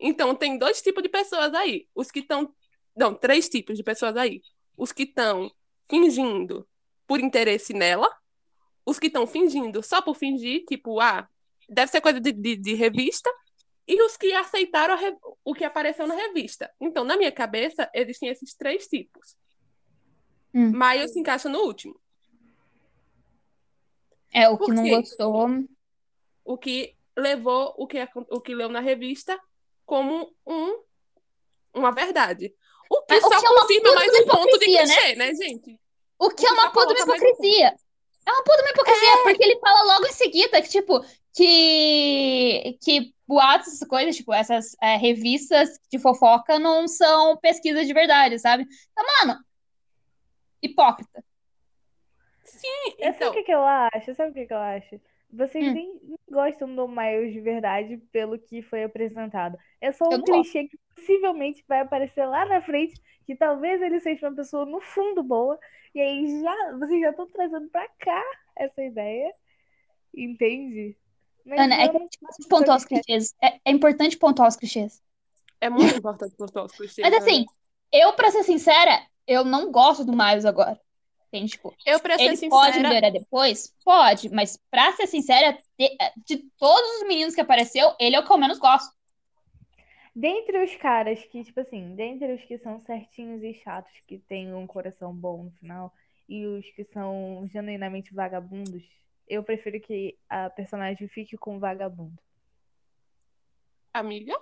Speaker 1: Então, tem dois tipos de pessoas aí. Os que estão. Não, três tipos de pessoas aí. Os que estão fingindo por interesse nela. Os que estão fingindo só por fingir, tipo, ah, deve ser coisa de, de, de revista. E os que aceitaram a re- o que apareceu na revista. Então, na minha cabeça, existem esses três tipos.
Speaker 2: Hum.
Speaker 1: Mas eu se encaixa no último.
Speaker 2: É, o
Speaker 1: Por
Speaker 2: que não
Speaker 1: quê?
Speaker 2: gostou.
Speaker 1: o que levou o que, acon- o que leu na revista como um, uma verdade. O que
Speaker 2: Mas o
Speaker 1: só
Speaker 2: que é uma
Speaker 1: confirma
Speaker 2: puta
Speaker 1: mais um ponto de
Speaker 2: hipocrisia, né?
Speaker 1: clichê, né, gente?
Speaker 2: O que é uma
Speaker 1: Só falou,
Speaker 2: puta de
Speaker 1: tá mais É.
Speaker 2: hipocrisia. É uma puta de hipocrisia, porque ele fala logo em seguida que, tipo, que, que boatos, essas coisas, tipo, essas é, revistas de fofoca não são pesquisas de verdade, sabe? Então, mano, hipócrita.
Speaker 1: Sim,
Speaker 2: é
Speaker 3: Eu sei É, o
Speaker 1: então.
Speaker 3: que, que eu acho, sabe o que, que eu acho? Vocês
Speaker 2: Hum.
Speaker 3: nem nem gostam do Miles de verdade pelo que foi apresentado. É só
Speaker 2: Eu
Speaker 3: um
Speaker 2: não gosto.
Speaker 3: clichê que possivelmente vai aparecer lá na frente, que talvez ele seja uma pessoa no fundo boa, e aí já vocês já estão trazendo pra cá essa ideia, entende? Mas
Speaker 2: Ana, é
Speaker 3: eu
Speaker 2: que
Speaker 3: não
Speaker 2: Mas pontuar os clichês. É, é importante pontuar os clichês.
Speaker 1: É muito importante cortar os clichês.
Speaker 2: Mas
Speaker 1: né?
Speaker 2: assim,
Speaker 3: é.
Speaker 2: eu, pra ser sincera, eu não gosto do Miles agora. Tem, tipo,
Speaker 1: eu pra ser
Speaker 2: ele pode
Speaker 1: sincera,
Speaker 2: melhorar depois? Pode, mas pra ser sincera, de, de todos os meninos que apareceu, ele é o que eu menos gosto.
Speaker 3: Dentre os caras que, tipo assim, dentre os que são certinhos e chatos, que têm um coração bom no final, e os que são genuinamente vagabundos, eu prefiro que a personagem fique com o vagabundo.
Speaker 1: amiga,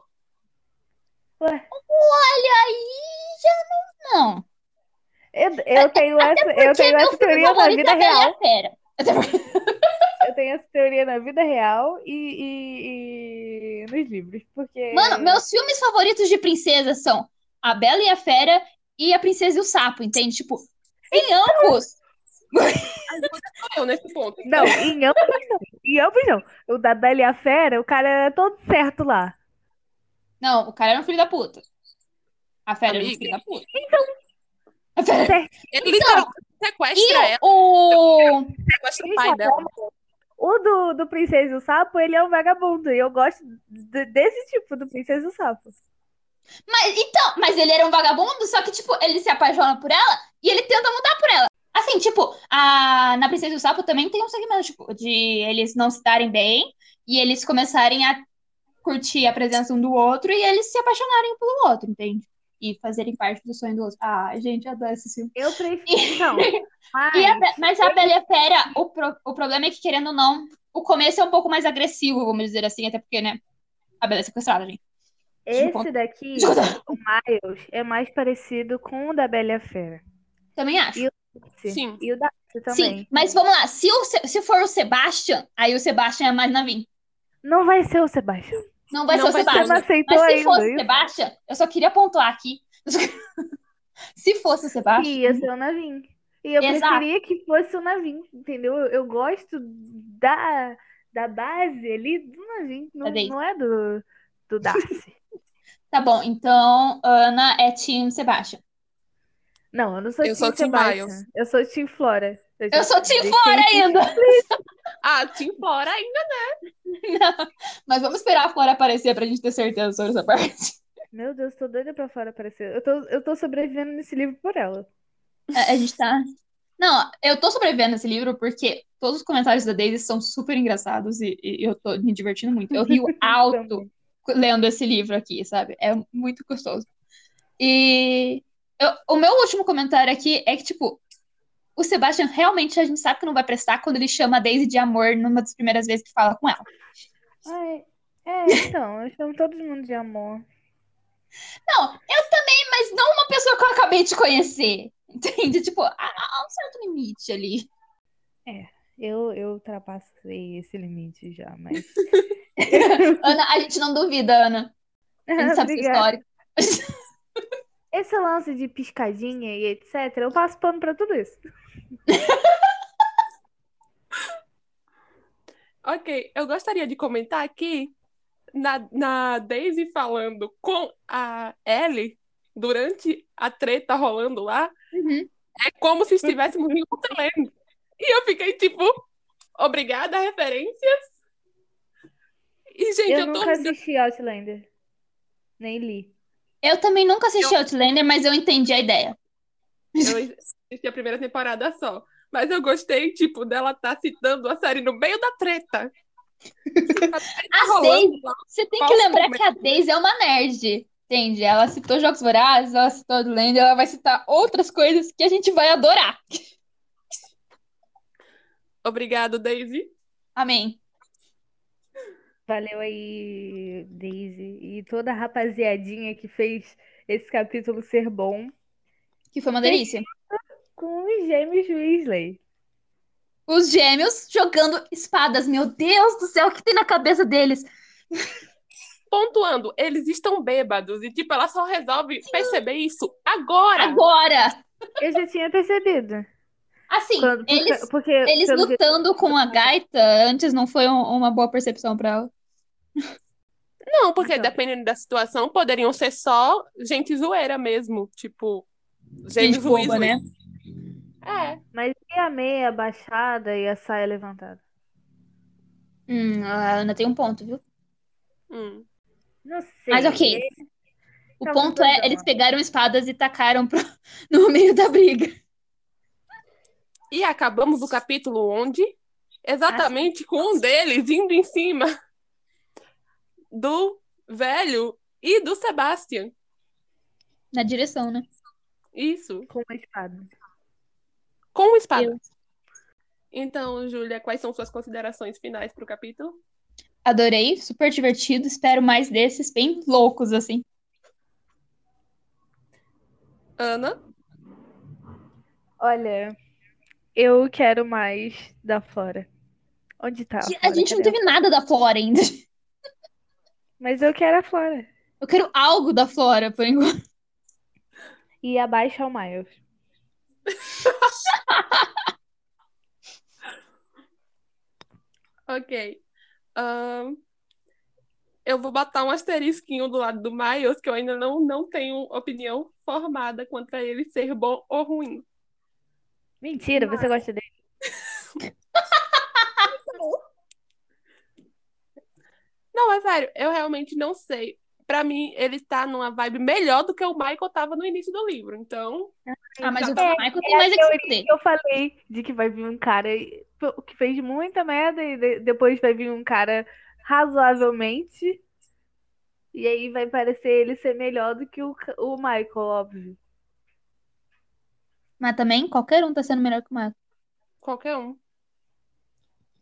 Speaker 3: Ué,
Speaker 2: Olha aí, já não. não.
Speaker 3: eu, eu tenho essa, eu
Speaker 2: Porque
Speaker 3: tenho
Speaker 2: meu
Speaker 3: essa
Speaker 2: filho
Speaker 3: teoria na
Speaker 2: favorito
Speaker 3: vida
Speaker 2: é a Bela e
Speaker 3: real.
Speaker 2: a Fera.
Speaker 3: Eu tenho essa teoria na vida real e, e- e nos livros, porque
Speaker 2: Mano, meus filmes favoritos de princesa são A Bela e a Fera e A Princesa e o Sapo, entende? Tipo, em
Speaker 3: Então-
Speaker 2: ambos.
Speaker 1: eu nesse ponto.
Speaker 3: Não, em ambos não. Em ambos não. O da Bela e a Fera, o cara era todo certo lá.
Speaker 2: Não, o cara era um filho da puta. A Fera era um
Speaker 1: Amiga.
Speaker 2: filho da puta. A Fera...
Speaker 1: Ele literalmente
Speaker 2: Então,
Speaker 3: é
Speaker 2: E
Speaker 1: sequestra ela,
Speaker 2: o...
Speaker 1: sequestra o pai dela.
Speaker 3: O do, do Princesa e o Sapo, ele é um vagabundo. E eu gosto de- desse tipo do Princesa e o Sapo.
Speaker 2: Mas, então, mas ele era um vagabundo, só que, tipo, ele se apaixona por ela e ele tenta mudar por ela. Assim, tipo, a, na Princesa e o Sapo também tem um segmento, tipo, de eles não se darem bem e eles começarem a curtir a presença um do outro e eles se apaixonarem pelo outro, entende? E fazerem parte do sonho do outro. Ah, gente, eu adoro esse filme.
Speaker 3: Eu prefiro. Não. Mas,
Speaker 2: E a Be- mas a Bela e a Fera, o, pro- o problema é que, querendo ou não, o começo é um pouco mais agressivo, vamos dizer assim, até porque, né? A Bela é sequestrada, gente.
Speaker 3: esse daqui, o Miles, é mais parecido com o da Bela e a Fera.
Speaker 2: Também acho.
Speaker 3: Esse.
Speaker 1: Sim.
Speaker 3: E o da Alice também.
Speaker 2: Sim, mas vamos lá. Se, o Se- se for o Sebastian, aí o Sebastian é mais novinho.
Speaker 3: Não vai ser o Sebastião.
Speaker 2: Não vai
Speaker 1: Não
Speaker 2: ser o
Speaker 1: vai ser o
Speaker 3: Você não
Speaker 2: Sebastian.
Speaker 3: aceitou
Speaker 2: Mas se
Speaker 3: ainda
Speaker 2: fosse o
Speaker 3: isso?
Speaker 2: Sebastian, eu só queria pontuar aqui. se fosse o Sebastian.
Speaker 3: E ia ser o Navin. E eu
Speaker 2: Exato.
Speaker 3: preferia que fosse o Navin, entendeu? Eu, eu gosto da, da base ali do Navin, não,
Speaker 2: Tá bem.
Speaker 3: não é do, do Darcy.
Speaker 2: Tá bom, então Ana é Team Sebastian.
Speaker 3: Não, eu não sou
Speaker 1: Eu
Speaker 3: Team
Speaker 1: sou Team
Speaker 3: Sebastian.
Speaker 1: Miles.
Speaker 3: Eu sou Team Flora. Eu, já
Speaker 2: Eu sou Team
Speaker 3: deixei
Speaker 2: Flora
Speaker 3: isso
Speaker 2: ainda.
Speaker 1: Ah, te embora ainda.
Speaker 2: Não, Mas vamos esperar a Flora aparecer pra gente ter certeza sobre essa parte.
Speaker 3: Meu Deus, tô doida pra fora aparecer. Eu tô, eu tô sobrevivendo nesse livro por ela.
Speaker 2: A, a gente tá. Não, eu tô sobrevivendo a esse livro porque todos os comentários da Daisy são super engraçados e, e eu tô me divertindo muito. Eu rio alto.
Speaker 3: Também.
Speaker 2: lendo esse livro aqui, sabe? É muito gostoso. E eu- o meu último comentário aqui é que, tipo, o Sebastian realmente a gente sabe que não vai prestar quando ele chama a Daisy de amor numa das primeiras vezes que fala com ela.
Speaker 3: Ai, é, então, eu chamo todo mundo de amor.
Speaker 2: Não, eu também, mas não uma pessoa que eu acabei de conhecer. Entende? Tipo, há, há um certo limite ali.
Speaker 3: Eu, eu ultrapassei esse limite já, mas.
Speaker 2: Ana, a gente não duvida, Ana. A gente sabe essa
Speaker 3: Obrigada.
Speaker 2: história.
Speaker 3: Esse lance de piscadinha e etc., eu passo pano pra tudo isso.
Speaker 1: Ok, eu gostaria de comentar aqui na, na Daisy falando com a Ellie durante a treta rolando lá.
Speaker 2: Uhum.
Speaker 1: É como se estivéssemos em Wonderland. E eu fiquei tipo, obrigada, referências. E, gente,
Speaker 3: Eu
Speaker 1: eu, tô
Speaker 3: nunca assisti Outlander. Nem li.
Speaker 2: Eu também nunca assisti Outlander, mas eu entendi a ideia.
Speaker 1: Eu assisti a primeira temporada só. Mas eu gostei, tipo, dela tá citando a série no meio da treta.
Speaker 3: Ah,
Speaker 2: A
Speaker 1: Tá rolando
Speaker 2: Daisy
Speaker 1: lá.
Speaker 2: Você tem que
Speaker 1: Falso
Speaker 2: lembrar
Speaker 1: mesmo.
Speaker 2: que a Daisy é uma nerd, entende? Ela citou Jogos Vorazes, ela citou Outlander, ela vai citar outras coisas que a gente vai adorar.
Speaker 1: Obrigado, Daisy.
Speaker 2: Amém.
Speaker 3: Valeu aí, Daisy. E toda a rapaziadinha que fez esse capítulo ser bom
Speaker 2: Que foi uma delícia.
Speaker 3: com os gêmeos Weasley.
Speaker 2: Os gêmeos jogando espadas. Meu Deus do céu, o que tem na cabeça deles?
Speaker 1: Pontuando, eles estão bêbados e, tipo, ela só resolve perceber isso agora.
Speaker 2: Agora!
Speaker 3: Eu já tinha percebido.
Speaker 2: Assim,
Speaker 3: Quando- porque-
Speaker 2: eles,
Speaker 3: porque,
Speaker 2: eles
Speaker 3: pelo jeito-
Speaker 2: lutando com a gaita antes não foi um- uma boa percepção pra ela.
Speaker 1: Não, porque
Speaker 3: Então.
Speaker 1: dependendo da situação, poderiam ser só gente zoeira mesmo. Tipo,
Speaker 2: Gente
Speaker 1: gêmeos
Speaker 2: boba,
Speaker 1: Weasley.
Speaker 2: né?
Speaker 1: É.
Speaker 3: Mas e a meia baixada e a saia levantada?
Speaker 2: Hum, a Ana tem um ponto, viu?
Speaker 1: Hum.
Speaker 3: Não sei.
Speaker 2: Mas ok. O
Speaker 3: Tá
Speaker 2: ponto
Speaker 3: bom, tá
Speaker 2: é,
Speaker 3: bom.
Speaker 2: eles pegaram espadas e tacaram pro- no meio da briga.
Speaker 1: E acabamos o capítulo onde? Exatamente com um deles indo em cima do velho e do Sebastian.
Speaker 2: Na direção, né?
Speaker 1: Isso,
Speaker 3: Com uma espada.
Speaker 1: com o espada.
Speaker 2: Eu.
Speaker 1: Então, Júlia, quais são suas considerações finais pro capítulo?
Speaker 2: Adorei, super divertido. Espero mais desses bem loucos, assim.
Speaker 1: Ana?
Speaker 3: Olha, eu quero mais da Flora. Onde tá?
Speaker 2: Ah, Que a
Speaker 3: Flora?
Speaker 2: gente não
Speaker 3: Cadê
Speaker 2: teve nada da Flora ainda.
Speaker 3: ela? Mas eu quero a Flora.
Speaker 2: Eu quero algo da Flora, por enquanto.
Speaker 3: E abaixo ao Miles.
Speaker 1: Ok. Ahn, eu vou botar um asterisquinho do lado do Miles, que eu ainda não, não tenho opinião formada contra ele ser bom ou ruim.
Speaker 3: Mentira, você gosta dele?
Speaker 1: Não, é sério, eu realmente não sei. Pra mim, ele tá numa vibe melhor do que o Michael tava no início do livro. Então,
Speaker 2: Ah, mas o
Speaker 3: É,
Speaker 2: Michael
Speaker 3: é
Speaker 2: tem mais é que se
Speaker 3: a teoria
Speaker 2: fuder.
Speaker 3: que eu falei de que vai vir um cara e- que fez muita merda e de- depois vai vir um cara razoavelmente. E aí vai parecer ele ser melhor do que o, ca- o Michael, óbvio.
Speaker 2: Mas também qualquer um tá sendo melhor que o Miles.
Speaker 1: qualquer um.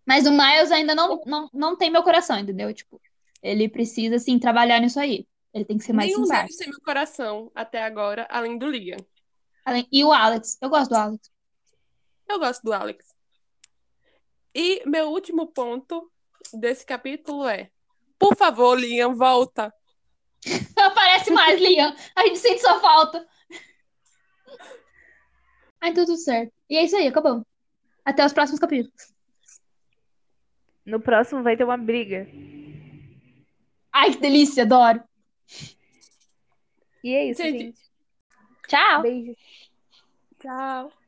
Speaker 2: Mas o Miles ainda não, não, não tem meu coração, entendeu? Tipo, ele precisa, assim, trabalhar nisso aí. Ele tem que ser mais
Speaker 1: Nenhum
Speaker 2: sincero.
Speaker 1: deles tem meu coração até agora, além do Liam.
Speaker 2: Além- E o Alex. Eu gosto do Alex.
Speaker 1: Eu gosto do Alex. E meu último ponto desse capítulo é: por favor, Liam, volta.
Speaker 2: Aparece mais, Liam. A gente sente sua falta. Ai, então tudo certo. E é isso aí, acabou. Até os próximos capítulos.
Speaker 3: No próximo vai ter uma briga.
Speaker 2: Ai, que delícia, adoro.
Speaker 3: E é isso,
Speaker 1: Gente,
Speaker 3: gente.
Speaker 2: Tchau.
Speaker 3: Beijo.
Speaker 1: Tchau.